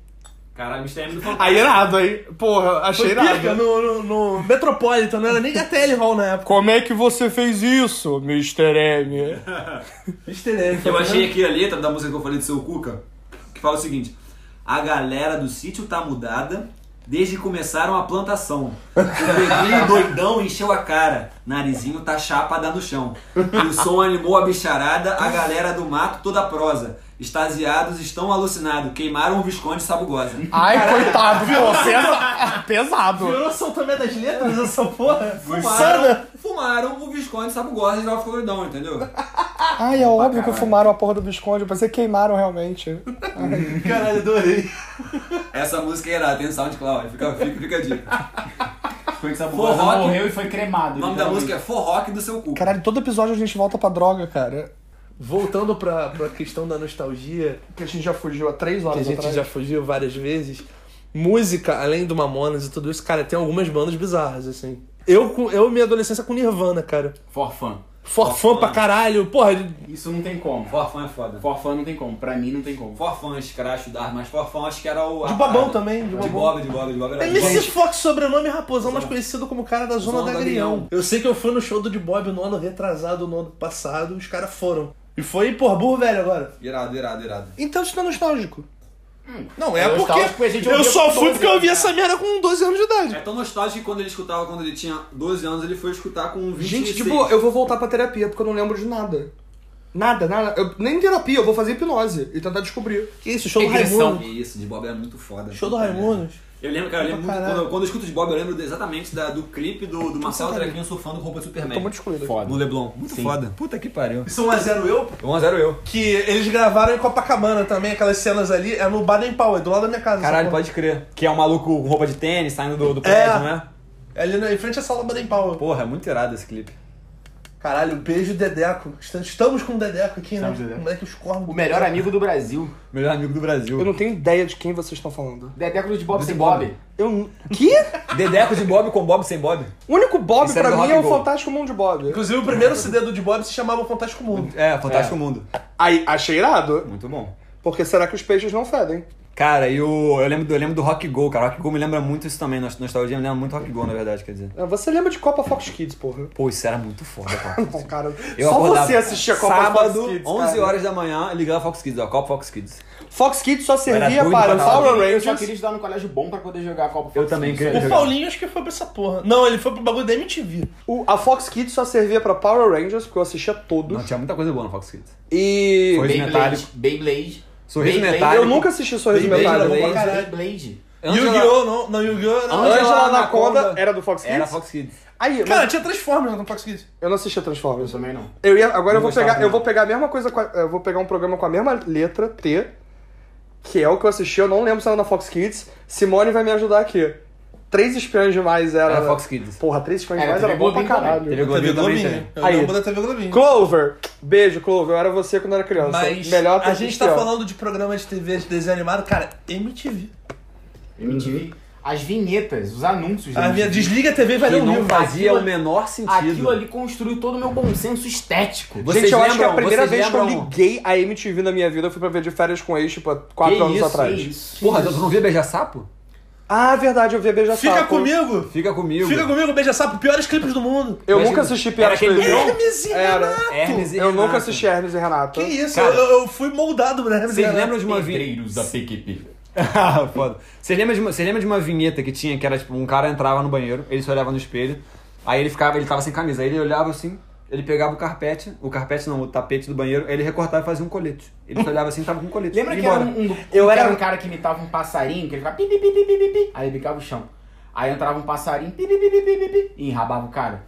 [SPEAKER 3] Caralho, Mr. M do
[SPEAKER 1] Aí é irado, aí. Porra, achei
[SPEAKER 2] Pica, no, no, no Metropolitan, não era nem Gatelli Hall na época.
[SPEAKER 1] Como é que você fez isso, Mr. M?
[SPEAKER 2] Mr. M. foi
[SPEAKER 3] Eu
[SPEAKER 2] o
[SPEAKER 3] achei aqui a letra da música que eu falei do seu Cuca, que fala o seguinte: A galera do sítio tá mudada desde que começaram a plantação. O Pedrinho doidão encheu a cara, narizinho tá chapa dá no chão. E o som animou a bicharada, a galera do mato toda prosa. Extasiados estão alucinados, queimaram o Visconde Sabugosa.
[SPEAKER 1] Ai, coitado, viu? Pesado.
[SPEAKER 2] Virou São Tomé das Letras essa porra? é
[SPEAKER 3] Fumaram, fumaram o Visconde Sabugosa e já ficou doidão, entendeu?
[SPEAKER 1] Ai, é óbvio que fumaram a porra do Visconde, parece que queimaram realmente.
[SPEAKER 2] Caralho, né? adorei.
[SPEAKER 3] Essa música é irada, tem no SoundCloud, fica, fica, fica a dica.
[SPEAKER 5] Foi que essa
[SPEAKER 3] Forró.
[SPEAKER 5] porra morreu e foi cremado.
[SPEAKER 3] O nome da música é Forroque do seu Cuca.
[SPEAKER 1] Caralho, todo episódio a gente volta pra droga, cara.
[SPEAKER 2] Voltando pra, pra questão da nostalgia,
[SPEAKER 1] Que a gente já fugiu há três
[SPEAKER 2] que a
[SPEAKER 1] horas
[SPEAKER 2] gente
[SPEAKER 1] atrás.
[SPEAKER 2] já fugiu várias vezes. Música, além do Mamonas e tudo isso, cara, tem algumas bandas bizarras, assim. Eu, com- eu minha adolescência com Nirvana, cara.
[SPEAKER 5] Forfã.
[SPEAKER 2] Forfã pra caralho, porra.
[SPEAKER 5] Isso não tem como.
[SPEAKER 3] Forfã é foda.
[SPEAKER 5] Forfã não tem como. Pra mim não tem como.
[SPEAKER 3] Forfã, escracho, dar, mas Forfã acho que era o.
[SPEAKER 2] De
[SPEAKER 3] a
[SPEAKER 2] babão
[SPEAKER 3] parada.
[SPEAKER 2] também, de
[SPEAKER 3] De
[SPEAKER 2] babão.
[SPEAKER 3] bob, de bob, de bob. Era
[SPEAKER 2] MC
[SPEAKER 3] Gente,
[SPEAKER 2] Fox, sobrenome Raposão, mais conhecido como cara da Zona,
[SPEAKER 3] Zona
[SPEAKER 2] da
[SPEAKER 3] da
[SPEAKER 2] Grião.
[SPEAKER 3] Grião.
[SPEAKER 2] Eu sei que eu fui no show do de Bob no ano retrasado, no ano passado, os caras foram. E foi, porra, burro velho agora.
[SPEAKER 3] Irado, irado, irado.
[SPEAKER 1] Então isso não é nostálgico.
[SPEAKER 2] Não, é
[SPEAKER 5] Eu estava com
[SPEAKER 2] porque
[SPEAKER 5] a gente
[SPEAKER 2] eu
[SPEAKER 5] ouvia
[SPEAKER 2] só
[SPEAKER 5] com
[SPEAKER 2] fui
[SPEAKER 5] 12
[SPEAKER 2] porque eu ouvi essa merda com 12 anos de idade.
[SPEAKER 3] É tão nostálgico que quando ele escutava quando ele tinha 12 anos, ele foi escutar com 20
[SPEAKER 1] Gente, tipo, eu vou voltar pra terapia porque eu não lembro de nada. Nada, nada. Eu, nem terapia, eu vou fazer hipnose e tentar descobrir.
[SPEAKER 2] Que isso, show do
[SPEAKER 5] Regressão.
[SPEAKER 2] Raimundo.
[SPEAKER 3] Isso, de bob é muito foda.
[SPEAKER 2] Show do
[SPEAKER 3] Puta merda.
[SPEAKER 2] Raimundos.
[SPEAKER 3] Eu lembro, cara, eu lembro muito, quando, eu- quando eu escuto de Bob, eu lembro exatamente da- do clipe do, do Marcelo Trevinho surfando com roupa de Superman.
[SPEAKER 1] Tô muito excluído. aqui.
[SPEAKER 3] No Leblon. Muito foda. Puta que pariu.
[SPEAKER 11] Isso é 1x0 eu?
[SPEAKER 3] 1x0 eu.
[SPEAKER 2] Que eles gravaram em Copacabana também, aquelas cenas ali. É no Baden Powell, do lado da minha casa.
[SPEAKER 3] Caralho,
[SPEAKER 2] essa porra.
[SPEAKER 3] pode crer. Que é um maluco com roupa de tênis saindo do, do
[SPEAKER 2] É.
[SPEAKER 3] prédio, não é?
[SPEAKER 2] É ali na- em frente à sala Baden Powell.
[SPEAKER 3] Porra, é muito irado esse clipe.
[SPEAKER 2] Caralho, beijo, Dedeco. Estamos- Estamos com o Dedeco aqui, né?
[SPEAKER 5] Estamos, Dedeco.
[SPEAKER 2] Moleque, os
[SPEAKER 5] O
[SPEAKER 2] cornos.
[SPEAKER 5] melhor amigo do Brasil.
[SPEAKER 3] Melhor amigo do
[SPEAKER 1] Eu
[SPEAKER 3] Brasil.
[SPEAKER 1] não tenho ideia de quem vocês estão falando.
[SPEAKER 5] Dedeco de Bob
[SPEAKER 3] Do
[SPEAKER 5] sem
[SPEAKER 3] Bob.
[SPEAKER 5] Bob.
[SPEAKER 1] Eu. n- Que?
[SPEAKER 3] Dedeco de Bob com Bob sem Bob?
[SPEAKER 1] O único Bob
[SPEAKER 3] Isso é
[SPEAKER 1] pra
[SPEAKER 3] do
[SPEAKER 1] mim
[SPEAKER 3] Rock
[SPEAKER 1] é o
[SPEAKER 3] and Roll.
[SPEAKER 1] Fantástico Mundo de Bob.
[SPEAKER 2] Inclusive, o primeiro CD do de Bob se chamava O Fantástico Mundo.
[SPEAKER 3] É, Fantástico Mundo.
[SPEAKER 1] Aí, achei irado.
[SPEAKER 3] Muito bom.
[SPEAKER 1] Porque será que os peixes não fedem?
[SPEAKER 3] Cara, e o, eu, lembro do, eu lembro do Rock Go, cara. Rock Go me lembra muito isso também. Nost- Nostalgia me lembra muito Rock Go, na verdade, quer dizer.
[SPEAKER 1] Ah, Você lembra de Copa Fox Kids, porra?
[SPEAKER 3] Pô, isso era muito foda, cara.
[SPEAKER 1] Não, cara.
[SPEAKER 3] Eu
[SPEAKER 1] só
[SPEAKER 3] acordava
[SPEAKER 1] você assistia Copa
[SPEAKER 3] sábado,
[SPEAKER 1] Fox Kids.
[SPEAKER 3] 11
[SPEAKER 1] cara.
[SPEAKER 3] horas da manhã, e ligava Fox Kids, ó, Copa Fox Kids.
[SPEAKER 1] Fox Kids só servia
[SPEAKER 3] doido
[SPEAKER 1] para
[SPEAKER 3] pra caralho.
[SPEAKER 1] Power
[SPEAKER 5] Eu só
[SPEAKER 1] Rangers.
[SPEAKER 5] queria estudar num colégio bom pra poder jogar a Copa
[SPEAKER 3] Eu
[SPEAKER 5] Fox
[SPEAKER 3] também é
[SPEAKER 5] Kids.
[SPEAKER 3] queria.
[SPEAKER 2] O Paulinho acho que foi pra essa porra. Não, ele foi pro bagulho da MTV.
[SPEAKER 1] O- a Fox Kids só servia pra Power Rangers, porque eu assistia todos.
[SPEAKER 3] Não, tinha muita coisa boa no Fox Kids.
[SPEAKER 1] E.
[SPEAKER 3] Foi
[SPEAKER 5] Beyblade.
[SPEAKER 3] metálico.
[SPEAKER 5] Beyblade.
[SPEAKER 3] Sorriso
[SPEAKER 5] Beyblade.
[SPEAKER 3] metálico.
[SPEAKER 1] Eu nunca assisti Sorriso
[SPEAKER 3] Beyblade
[SPEAKER 1] Metálico.
[SPEAKER 3] era bom pra
[SPEAKER 2] caralho.
[SPEAKER 5] Beyblade.
[SPEAKER 3] Angela-
[SPEAKER 2] Yu-Gi-Oh! Não, não, Yu-Gi-oh! Não.
[SPEAKER 3] Angela
[SPEAKER 1] Angela Anaconda
[SPEAKER 3] Anaconda
[SPEAKER 1] era do Fox Kids?
[SPEAKER 3] Era Fox Kids.
[SPEAKER 1] Aí, mas
[SPEAKER 2] Cara, tinha Transformers no Fox Kids.
[SPEAKER 1] eu não assistia Transformers.
[SPEAKER 5] Eu também não.
[SPEAKER 1] Eu ia, agora eu vou,
[SPEAKER 3] gostava
[SPEAKER 1] pegar, eu
[SPEAKER 3] mesmo.
[SPEAKER 1] vou pegar a mesma coisa, com a- eu vou pegar um programa com a mesma letra, T, que é o que eu assisti, eu não lembro se era na Fox Kids. Simone vai me ajudar aqui. Três espiões demais era...
[SPEAKER 3] Era Fox Kids.
[SPEAKER 1] Porra, É, três espiões
[SPEAKER 5] Era
[SPEAKER 1] demais era
[SPEAKER 5] TV
[SPEAKER 1] bom pra
[SPEAKER 5] Globinho também.
[SPEAKER 1] caralho.
[SPEAKER 3] TV Globinho também tem.
[SPEAKER 2] Eu
[SPEAKER 1] Aí.
[SPEAKER 2] lembro da TV Globinho.
[SPEAKER 1] Clover! Beijo, Clover. Eu era você quando era criança.
[SPEAKER 2] Mas
[SPEAKER 1] Melhor
[SPEAKER 2] a gente tá
[SPEAKER 1] espião.
[SPEAKER 2] falando de programa de TV de desenho animado, cara, MTV.
[SPEAKER 3] Uhum.
[SPEAKER 5] MTV. As vinhetas, os anúncios. da
[SPEAKER 2] A minha,
[SPEAKER 5] MTV.
[SPEAKER 2] desliga a TV e vai
[SPEAKER 3] Que
[SPEAKER 2] ler um
[SPEAKER 3] não
[SPEAKER 2] livro.
[SPEAKER 3] fazia
[SPEAKER 5] Aquilo-
[SPEAKER 3] o menor sentido.
[SPEAKER 5] Aquilo ali construiu todo o meu bom senso estético.
[SPEAKER 3] Vocês
[SPEAKER 1] gente, eu acho que é
[SPEAKER 3] lembram?
[SPEAKER 1] a primeira
[SPEAKER 3] Vocês
[SPEAKER 1] vez que eu
[SPEAKER 3] lembram?
[SPEAKER 1] liguei a MTV na minha vida foi pra ver de férias com ex, tipo, há quatro
[SPEAKER 3] Que
[SPEAKER 1] anos
[SPEAKER 3] isso,
[SPEAKER 1] atrás.
[SPEAKER 5] Que isso.
[SPEAKER 3] Porra, tu não via Beijar Sapo?
[SPEAKER 1] Ah, verdade, eu via Beija
[SPEAKER 2] Fica
[SPEAKER 1] Sapo.
[SPEAKER 2] comigo!
[SPEAKER 3] Fica comigo.
[SPEAKER 2] Fica tá, comigo, beija sapo, piores clipes do mundo.
[SPEAKER 1] Eu
[SPEAKER 3] Mas
[SPEAKER 1] nunca
[SPEAKER 3] ele-
[SPEAKER 1] assisti Piadas
[SPEAKER 3] aquele
[SPEAKER 1] Proibidas.
[SPEAKER 2] Hermes e
[SPEAKER 1] Era.
[SPEAKER 2] Renato.
[SPEAKER 3] Hermes e
[SPEAKER 1] Eu
[SPEAKER 3] Renato.
[SPEAKER 1] nunca assisti Hermes e Renato.
[SPEAKER 2] Que isso,
[SPEAKER 3] Cara.
[SPEAKER 2] eu, eu fui moldado por Hermes e
[SPEAKER 3] Vocês
[SPEAKER 2] Renato.
[SPEAKER 3] lembram de uma vinheta?
[SPEAKER 5] Pedreiros da PQP.
[SPEAKER 3] Ah, foda. Vocês lembram, de uma, vocês lembram de uma vinheta que tinha, que era tipo, um cara entrava no banheiro, ele se olhava no espelho, aí ele ficava, ele tava sem camisa, aí ele olhava assim, ele pegava o carpete, o carpete não, o tapete do banheiro, aí ele recortava e fazia um colete. Ele se olhava assim, tava com um colete.
[SPEAKER 5] Lembra
[SPEAKER 3] Ia
[SPEAKER 5] que era
[SPEAKER 3] embora.
[SPEAKER 5] um, um,
[SPEAKER 1] Eu
[SPEAKER 5] que
[SPEAKER 1] era-
[SPEAKER 5] era um cara que imitava um passarinho, que ele ficava pi, pi, pi, pi, pi, pi, pi, aí ele bicava o chão. Aí entrava um passarinho, pi, pi, pi, pi, pi, pi, pi, e enrabava o cara.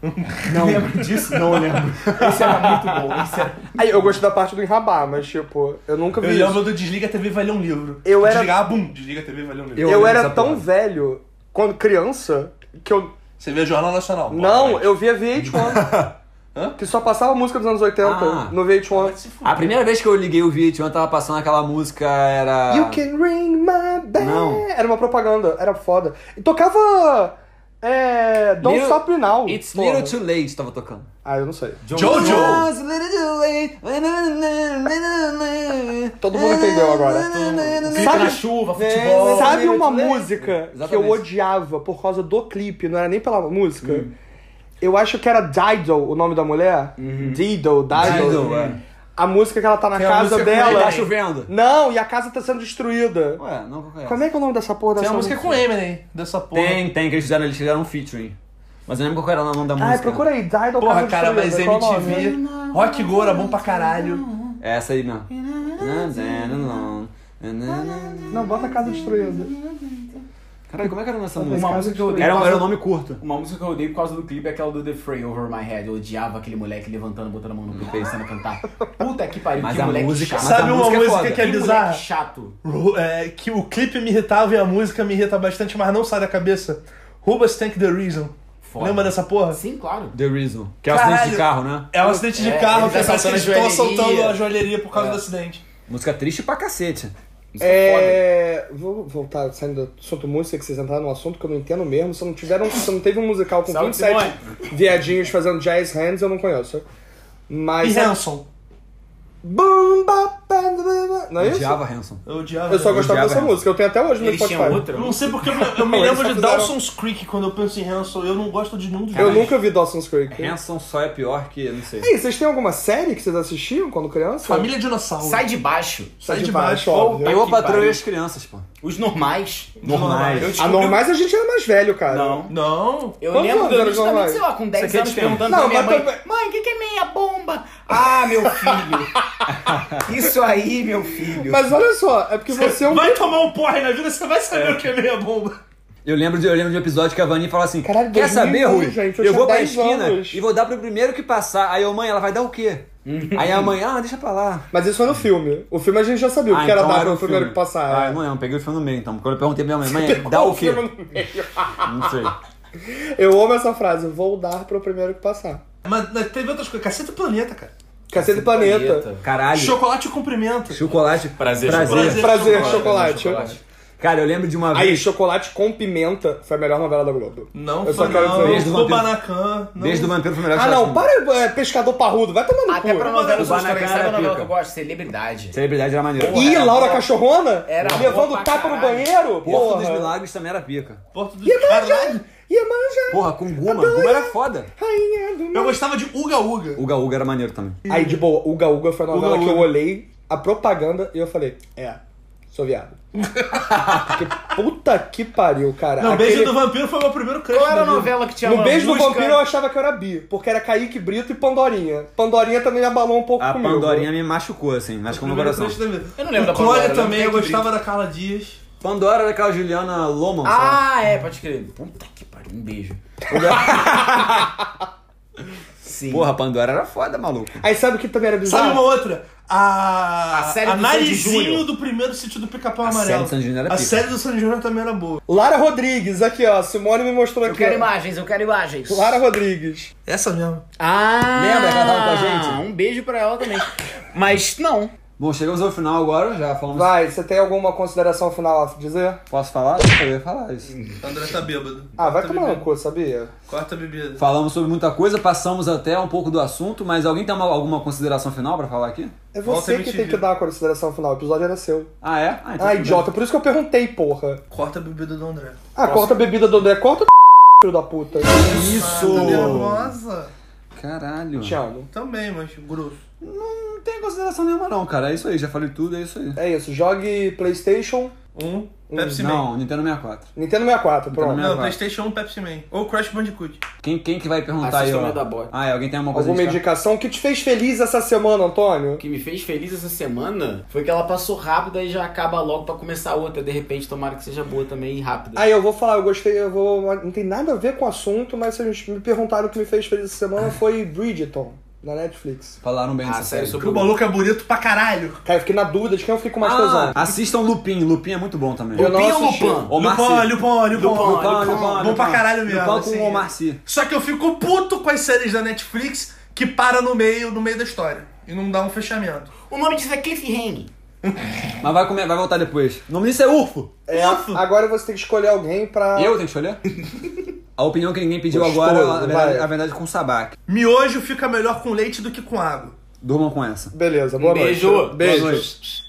[SPEAKER 3] Não lembro disso, não lembro.
[SPEAKER 5] Isso era muito bom, isso era...
[SPEAKER 1] Aí, eu gosto da parte do enrabar, mas, tipo, eu nunca vi
[SPEAKER 2] Eu
[SPEAKER 1] isso.
[SPEAKER 2] lembro do Desliga a TV e vai ler um livro.
[SPEAKER 1] Eu era-
[SPEAKER 2] Desligar, bum, desliga a TV e vai ler um livro.
[SPEAKER 1] Eu,
[SPEAKER 3] Eu lembro
[SPEAKER 1] era
[SPEAKER 3] dessa
[SPEAKER 1] tão
[SPEAKER 3] porra.
[SPEAKER 1] velho, quando criança, que eu...
[SPEAKER 2] Você vê Jornal Nacional. Boa
[SPEAKER 1] não,
[SPEAKER 2] noite.
[SPEAKER 1] eu via VH1.
[SPEAKER 2] Hã?
[SPEAKER 1] que só passava música dos anos 80
[SPEAKER 3] Ah.
[SPEAKER 1] no VH1.
[SPEAKER 2] Se fuder.
[SPEAKER 3] A primeira vez que eu liguei o vídeo, eu tava passando aquela música, era...
[SPEAKER 1] You can ring my bell.
[SPEAKER 3] Não.
[SPEAKER 1] Era uma propaganda, era foda. E tocava... É... Don't
[SPEAKER 3] Little-
[SPEAKER 1] Stop Me Now.
[SPEAKER 3] It's
[SPEAKER 1] porra.
[SPEAKER 3] Little Too Late, tava tocando.
[SPEAKER 1] Ah, eu não sei.
[SPEAKER 2] Jojo!
[SPEAKER 3] It's a little too late.
[SPEAKER 1] Todo mundo entendeu agora.
[SPEAKER 5] Clipe na chuva, futebol...
[SPEAKER 1] Sabe uma
[SPEAKER 3] É, né?
[SPEAKER 1] música que eu
[SPEAKER 3] Exatamente.
[SPEAKER 1] odiava por causa do clipe, não era nem pela música?
[SPEAKER 2] Hum.
[SPEAKER 1] Eu acho que era Dido o nome da mulher.
[SPEAKER 2] Uhum.
[SPEAKER 1] Dido, Dido.
[SPEAKER 3] Dido, é.
[SPEAKER 1] A música que ela tá na
[SPEAKER 2] a
[SPEAKER 1] casa
[SPEAKER 2] música com
[SPEAKER 1] dela.
[SPEAKER 2] ele,
[SPEAKER 3] Tá chovendo.
[SPEAKER 1] Não, e a casa tá sendo destruída.
[SPEAKER 3] Ué, não qual que é?
[SPEAKER 1] Como é que é o nome dessa porra
[SPEAKER 2] Tem
[SPEAKER 1] dessa
[SPEAKER 2] uma música com Eminem dessa porra.
[SPEAKER 3] Tem, tem, que eles fizeram, eles fizeram um featuring. Mas eu não lembro qual era o nome da música.
[SPEAKER 1] Ah, procura aí, Dido
[SPEAKER 2] Porra,
[SPEAKER 1] casa
[SPEAKER 2] cara, mas
[SPEAKER 1] destruída. Qual é o nome?
[SPEAKER 2] MTV. Rock Go era bom pra caralho.
[SPEAKER 3] É essa aí, não.
[SPEAKER 1] Não, bota a casa destruída.
[SPEAKER 3] Caralho, como é que era essa
[SPEAKER 5] Uma
[SPEAKER 3] música?
[SPEAKER 5] música que eu odeio...
[SPEAKER 3] Era,
[SPEAKER 5] por
[SPEAKER 3] um-
[SPEAKER 5] causa-
[SPEAKER 3] era um nome curto.
[SPEAKER 5] Uma música que eu odeio por causa do clipe é aquela do The Fray Over My Head. Eu odiava aquele moleque levantando, botando a mão no peito, pensando em cantar. Puta que pariu,
[SPEAKER 3] Mas
[SPEAKER 5] que
[SPEAKER 3] a
[SPEAKER 5] moleque
[SPEAKER 3] música-
[SPEAKER 5] chato.
[SPEAKER 3] mas a
[SPEAKER 2] Sabe uma
[SPEAKER 3] música é
[SPEAKER 2] música
[SPEAKER 3] foda.
[SPEAKER 2] que é
[SPEAKER 5] que
[SPEAKER 2] bizarra?
[SPEAKER 5] moleque chato.
[SPEAKER 2] Ru- é, que o clipe me irritava e a música me irrita bastante, mas não sai da cabeça. Rubas Tank The Reason.
[SPEAKER 5] Foda.
[SPEAKER 2] Lembra dessa porra?
[SPEAKER 5] Sim, claro.
[SPEAKER 3] The Reason. Que é o acidente de carro, né?
[SPEAKER 2] É um acidente de
[SPEAKER 5] É,
[SPEAKER 2] carro
[SPEAKER 5] ele
[SPEAKER 2] que
[SPEAKER 5] tá
[SPEAKER 2] parece que eles estão
[SPEAKER 5] assaltando a
[SPEAKER 2] assaltando
[SPEAKER 5] joalheria.
[SPEAKER 2] a joalheria por causa do acidente.
[SPEAKER 3] Música triste pra cacete.
[SPEAKER 5] Tá
[SPEAKER 1] É. Vou voltar saindo do assunto música, que vocês entraram num assunto que eu não entendo mesmo. Se não tiveram. Se não teve um musical com
[SPEAKER 5] Salve,
[SPEAKER 1] 27 viadinhos fazendo jazz hands, eu não conheço.
[SPEAKER 2] E
[SPEAKER 1] Mas. é
[SPEAKER 2] Hanson.
[SPEAKER 1] Bum, ba, ba, ba, ba. Não é isso?
[SPEAKER 3] Odiava Hanson.
[SPEAKER 2] Eu odiava.
[SPEAKER 1] Eu só gostava
[SPEAKER 3] odiava
[SPEAKER 1] dessa
[SPEAKER 3] Hanson.
[SPEAKER 1] música, eu tenho até hoje no
[SPEAKER 5] Eles tinham
[SPEAKER 1] Spotify.
[SPEAKER 5] outra.
[SPEAKER 2] Eu não sei porque eu, eu me
[SPEAKER 1] Eles
[SPEAKER 2] lembro
[SPEAKER 1] só
[SPEAKER 2] de
[SPEAKER 1] fizeram-
[SPEAKER 2] Dawson's Creek quando eu penso em Hanson. Eu não gosto de nenhum dos
[SPEAKER 1] Eu
[SPEAKER 2] dois.
[SPEAKER 1] nunca vi Dawson's Creek.
[SPEAKER 3] Hanson só é pior que, não sei.
[SPEAKER 1] E aí, vocês têm alguma série que vocês assistiam quando criança? é
[SPEAKER 2] Família Dinossauro.
[SPEAKER 5] Sai de baixo.
[SPEAKER 2] Sai de baixo,
[SPEAKER 1] óbvio.
[SPEAKER 3] Eu a
[SPEAKER 5] que
[SPEAKER 3] patroa e
[SPEAKER 5] pariu.
[SPEAKER 3] as crianças, pô.
[SPEAKER 5] Os normais.
[SPEAKER 3] Normais.
[SPEAKER 5] Eu descobri-
[SPEAKER 1] Anormais a gente era mais velho, cara.
[SPEAKER 5] Não.
[SPEAKER 2] Não.
[SPEAKER 5] Eu
[SPEAKER 1] Quantos anos
[SPEAKER 5] lembro
[SPEAKER 1] era
[SPEAKER 5] eu
[SPEAKER 1] os normais?
[SPEAKER 5] justamente, sei lá, com 10
[SPEAKER 3] aqui é
[SPEAKER 5] anos
[SPEAKER 3] de tempo.
[SPEAKER 5] perguntando
[SPEAKER 1] Não,
[SPEAKER 5] pra minha
[SPEAKER 1] mas
[SPEAKER 5] mãe.
[SPEAKER 1] também-
[SPEAKER 5] Mãe, o que, que é meia bomba? Ah, meu filho. Isso aí, meu filho.
[SPEAKER 1] Mas olha só, é porque você é um.
[SPEAKER 2] Vai tomar um porre na vida, você vai saber o que é meia bomba.
[SPEAKER 3] Eu lembro, de, eu lembro de um episódio que a Vani fala assim:
[SPEAKER 1] Caralho,
[SPEAKER 3] Quer
[SPEAKER 1] 2001,
[SPEAKER 3] saber, Rui?
[SPEAKER 1] gente, eu
[SPEAKER 3] eu
[SPEAKER 1] tinha
[SPEAKER 3] vou pra
[SPEAKER 1] 10
[SPEAKER 3] esquina
[SPEAKER 1] anos." Hum.
[SPEAKER 3] e vou dar pro primeiro que passar. Aí eu, mãe, ela vai dar o quê? Aí a mãe, ah, deixa pra lá.
[SPEAKER 1] Mas isso foi no filme. O filme a gente já sabia o
[SPEAKER 3] Ah,
[SPEAKER 1] que era dar
[SPEAKER 3] era
[SPEAKER 1] pro
[SPEAKER 3] o
[SPEAKER 1] primeiro
[SPEAKER 3] filme.
[SPEAKER 1] que passar. é.
[SPEAKER 3] Ah, não, eu peguei o filme no meio, então. Quando eu perguntei pra minha mãe,
[SPEAKER 1] Pegou
[SPEAKER 3] mãe, dá o quê?
[SPEAKER 1] filme no meio.
[SPEAKER 3] Não sei.
[SPEAKER 1] Eu amo essa frase, vou dar pro primeiro que passar.
[SPEAKER 2] Mas, mas teve outras coisas. Caceta e planeta, cara.
[SPEAKER 1] Cacete do Planeta.
[SPEAKER 3] Caralho.
[SPEAKER 2] Chocolate e cumprimento.
[SPEAKER 3] Chocolate.
[SPEAKER 4] Prazer,
[SPEAKER 3] Prazer.
[SPEAKER 1] Prazer, chocolate.
[SPEAKER 3] Cara, eu lembro de uma
[SPEAKER 1] Aí,
[SPEAKER 3] vez.
[SPEAKER 1] chocolate com pimenta foi a melhor novela da Globo.
[SPEAKER 2] Não
[SPEAKER 1] eu só
[SPEAKER 2] foi
[SPEAKER 1] quero
[SPEAKER 2] não.
[SPEAKER 1] dizer
[SPEAKER 3] Desde
[SPEAKER 1] isso.
[SPEAKER 3] o
[SPEAKER 2] Kubanacan. não.
[SPEAKER 3] Desde o Vampiro foi melhor que
[SPEAKER 1] Ah, não,
[SPEAKER 3] Chocolate.
[SPEAKER 1] para, é, pescador parrudo, vai tomar no
[SPEAKER 5] Até
[SPEAKER 1] cu.
[SPEAKER 5] pra novela
[SPEAKER 3] Tubar
[SPEAKER 5] dos
[SPEAKER 3] na
[SPEAKER 5] três,
[SPEAKER 3] cara,
[SPEAKER 5] sabe a novela
[SPEAKER 3] pica.
[SPEAKER 5] que eu gosto? Celebridade.
[SPEAKER 3] Celebridade era maneiro.
[SPEAKER 5] Porra,
[SPEAKER 1] Ih,
[SPEAKER 5] era
[SPEAKER 1] Laura
[SPEAKER 5] boa.
[SPEAKER 1] Cachorrona?
[SPEAKER 5] Era
[SPEAKER 1] Levando
[SPEAKER 5] boa pra
[SPEAKER 1] tapa no
[SPEAKER 5] caralho.
[SPEAKER 1] banheiro?
[SPEAKER 3] Porto dos
[SPEAKER 1] Porra.
[SPEAKER 3] Milagres também era pica.
[SPEAKER 2] Porto dos Caralho.
[SPEAKER 1] Iemanjá! Iemanjá!
[SPEAKER 3] Porra, com Guma. Guma era foda.
[SPEAKER 1] Rainha do
[SPEAKER 2] Eu gostava de Uga Uga.
[SPEAKER 3] O Gaúga era maneiro também.
[SPEAKER 1] Aí, de boa, Uga Uga foi a novela
[SPEAKER 2] Uga
[SPEAKER 1] que eu
[SPEAKER 2] Uga.
[SPEAKER 1] olhei a propaganda e eu falei, é, sou viado. que puta que pariu, cara.
[SPEAKER 2] Não,
[SPEAKER 1] Aquele-
[SPEAKER 2] Beijo do Vampiro foi o meu primeiro crush.
[SPEAKER 5] Qual era a
[SPEAKER 2] meu Deus.
[SPEAKER 5] novela que tinha
[SPEAKER 1] No
[SPEAKER 5] uma
[SPEAKER 1] Beijo do
[SPEAKER 5] música-
[SPEAKER 1] Vampiro eu achava que eu era bi, porque era Kaique Brito e Pandorinha. Pandorinha também abalou um pouco
[SPEAKER 3] A
[SPEAKER 1] comigo.
[SPEAKER 3] Pandorinha me machucou, assim, mas com o meu
[SPEAKER 2] Primeiro
[SPEAKER 3] coração.
[SPEAKER 2] crush da vida.
[SPEAKER 5] Eu não lembro
[SPEAKER 2] o
[SPEAKER 5] da Pandora,
[SPEAKER 2] Clória
[SPEAKER 5] eu lembro
[SPEAKER 2] também, eu
[SPEAKER 5] que
[SPEAKER 2] gostava da Carla Dias.
[SPEAKER 3] Pandora era aquela Juliana Loman, sabe?
[SPEAKER 5] Ah, é, pode crer. Puta que pariu, um beijo. Sim.
[SPEAKER 3] Porra, a Pandora era foda, maluco.
[SPEAKER 1] Aí sabe o que também era bizarro?
[SPEAKER 2] Sabe uma outra? A.
[SPEAKER 5] A série
[SPEAKER 2] a
[SPEAKER 5] do Sandy
[SPEAKER 2] Narizinho
[SPEAKER 5] Júnior.
[SPEAKER 2] do primeiro sítio do Pica-Pau
[SPEAKER 3] A série
[SPEAKER 2] Amarelo.
[SPEAKER 3] do Sandy Júnior era
[SPEAKER 2] A
[SPEAKER 3] pica.
[SPEAKER 2] série do Sandy Júnior também era boa.
[SPEAKER 1] Lara Rodrigues, aqui ó, Simone me mostrou
[SPEAKER 5] Eu
[SPEAKER 1] aqui.
[SPEAKER 5] quero
[SPEAKER 1] ó.
[SPEAKER 5] imagens, eu quero imagens.
[SPEAKER 1] Lara Rodrigues.
[SPEAKER 2] Essa mesmo.
[SPEAKER 5] Ah!
[SPEAKER 3] Lembra que ela tava com a gente?
[SPEAKER 5] Um beijo pra ela também. Mas não.
[SPEAKER 3] Bom, chegamos ao final agora, já falamos.
[SPEAKER 1] Vai, você tem alguma consideração final a dizer?
[SPEAKER 3] Posso falar? Eu ia falar isso.
[SPEAKER 2] André tá bêbado.
[SPEAKER 1] Ah, vai
[SPEAKER 2] Corta a
[SPEAKER 1] tomar no
[SPEAKER 2] bebida.
[SPEAKER 1] cu, sabia?
[SPEAKER 2] Corta a bebida.
[SPEAKER 3] Falamos sobre muita coisa, passamos até um pouco do assunto, mas alguém tem uma- alguma consideração final pra falar aqui?
[SPEAKER 1] É
[SPEAKER 2] Volta
[SPEAKER 1] você
[SPEAKER 2] a
[SPEAKER 1] que
[SPEAKER 2] mentir.
[SPEAKER 1] tem que dar a consideração final, o episódio era seu.
[SPEAKER 3] Ah, é? Ah, então
[SPEAKER 1] Ah,
[SPEAKER 3] tudo
[SPEAKER 1] idiota, por isso que eu perguntei, porra.
[SPEAKER 2] Corta a bebida do André.
[SPEAKER 1] Ah, corta a bebida do André, corta o filho da puta.
[SPEAKER 3] bem.
[SPEAKER 2] Ah,
[SPEAKER 3] Isso!
[SPEAKER 2] Nervosa.
[SPEAKER 3] Caralho.
[SPEAKER 1] Te amo.
[SPEAKER 2] Também, mas grosso.
[SPEAKER 3] Não tem consideração nenhuma, não, cara. É isso aí, já falei tudo, é isso aí.
[SPEAKER 1] É isso, jogue PlayStation,
[SPEAKER 2] Um, Pepsi Man.
[SPEAKER 3] Não, Nintendo 64.
[SPEAKER 1] Nintendo 64, pronto.
[SPEAKER 2] Não, é
[SPEAKER 3] Vai.
[SPEAKER 2] Playstation 1, Pepsi Man. Ou Crash Bandicoot.
[SPEAKER 3] Quem, quem que vai perguntar tá aí,
[SPEAKER 5] Assistam
[SPEAKER 3] ó?
[SPEAKER 5] o da Bot.
[SPEAKER 3] Ah, é, alguém tem alguma coisa
[SPEAKER 1] Alguma
[SPEAKER 3] a indicar?
[SPEAKER 1] indicação que te fez feliz essa semana, Antônio?
[SPEAKER 5] O que me fez feliz essa semana foi que ela passou rápida e já acaba logo pra começar outra. De repente, tomara que seja boa também e rápida.
[SPEAKER 1] Aí eu vou falar, eu gostei, eu vou. Não tem nada a ver com o assunto, mas vocês me perguntaram o que me fez feliz essa semana foi Bridgeton, na Netflix.
[SPEAKER 3] Falaram bem
[SPEAKER 5] Ah,
[SPEAKER 3] dessa
[SPEAKER 5] sério,
[SPEAKER 3] série.
[SPEAKER 5] sobre
[SPEAKER 2] Que o maluco é bonito pra caralho.
[SPEAKER 1] Cara, eu fiquei na dúvida de quem eu fico com mais
[SPEAKER 3] Ah,
[SPEAKER 1] tesão.
[SPEAKER 3] assistam Lupin. Lupin é muito bom também.
[SPEAKER 1] Eu não
[SPEAKER 5] Lupin ou
[SPEAKER 1] assisti.
[SPEAKER 5] Lupin?
[SPEAKER 3] Ô, Marci.
[SPEAKER 2] Lupão, Lupão, Lupão.
[SPEAKER 3] Lupin, Lupin,
[SPEAKER 2] Bom pra
[SPEAKER 3] Lupin.
[SPEAKER 2] caralho mesmo.
[SPEAKER 3] Lupin
[SPEAKER 2] assim.
[SPEAKER 3] com o Omar Sy.
[SPEAKER 2] Só que eu fico puto com as séries da Netflix que para no meio, no meio da história. E não dá um fechamento.
[SPEAKER 5] O nome disso é Cliffhanger.
[SPEAKER 3] Mas vai, comer, vai voltar depois. O nome disso é Urfo.
[SPEAKER 1] É, agora você tem que escolher alguém pra.
[SPEAKER 3] Eu tenho que escolher? A opinião que ninguém pediu
[SPEAKER 1] Gostoso,
[SPEAKER 3] agora, é a verdade,
[SPEAKER 1] vai.
[SPEAKER 3] a verdade com o Sabak.
[SPEAKER 2] Miojo fica melhor com leite do que com água.
[SPEAKER 3] Durmam com essa.
[SPEAKER 1] Beleza, boa
[SPEAKER 5] Beijo.
[SPEAKER 1] noite. Beijo.
[SPEAKER 3] Boa noite.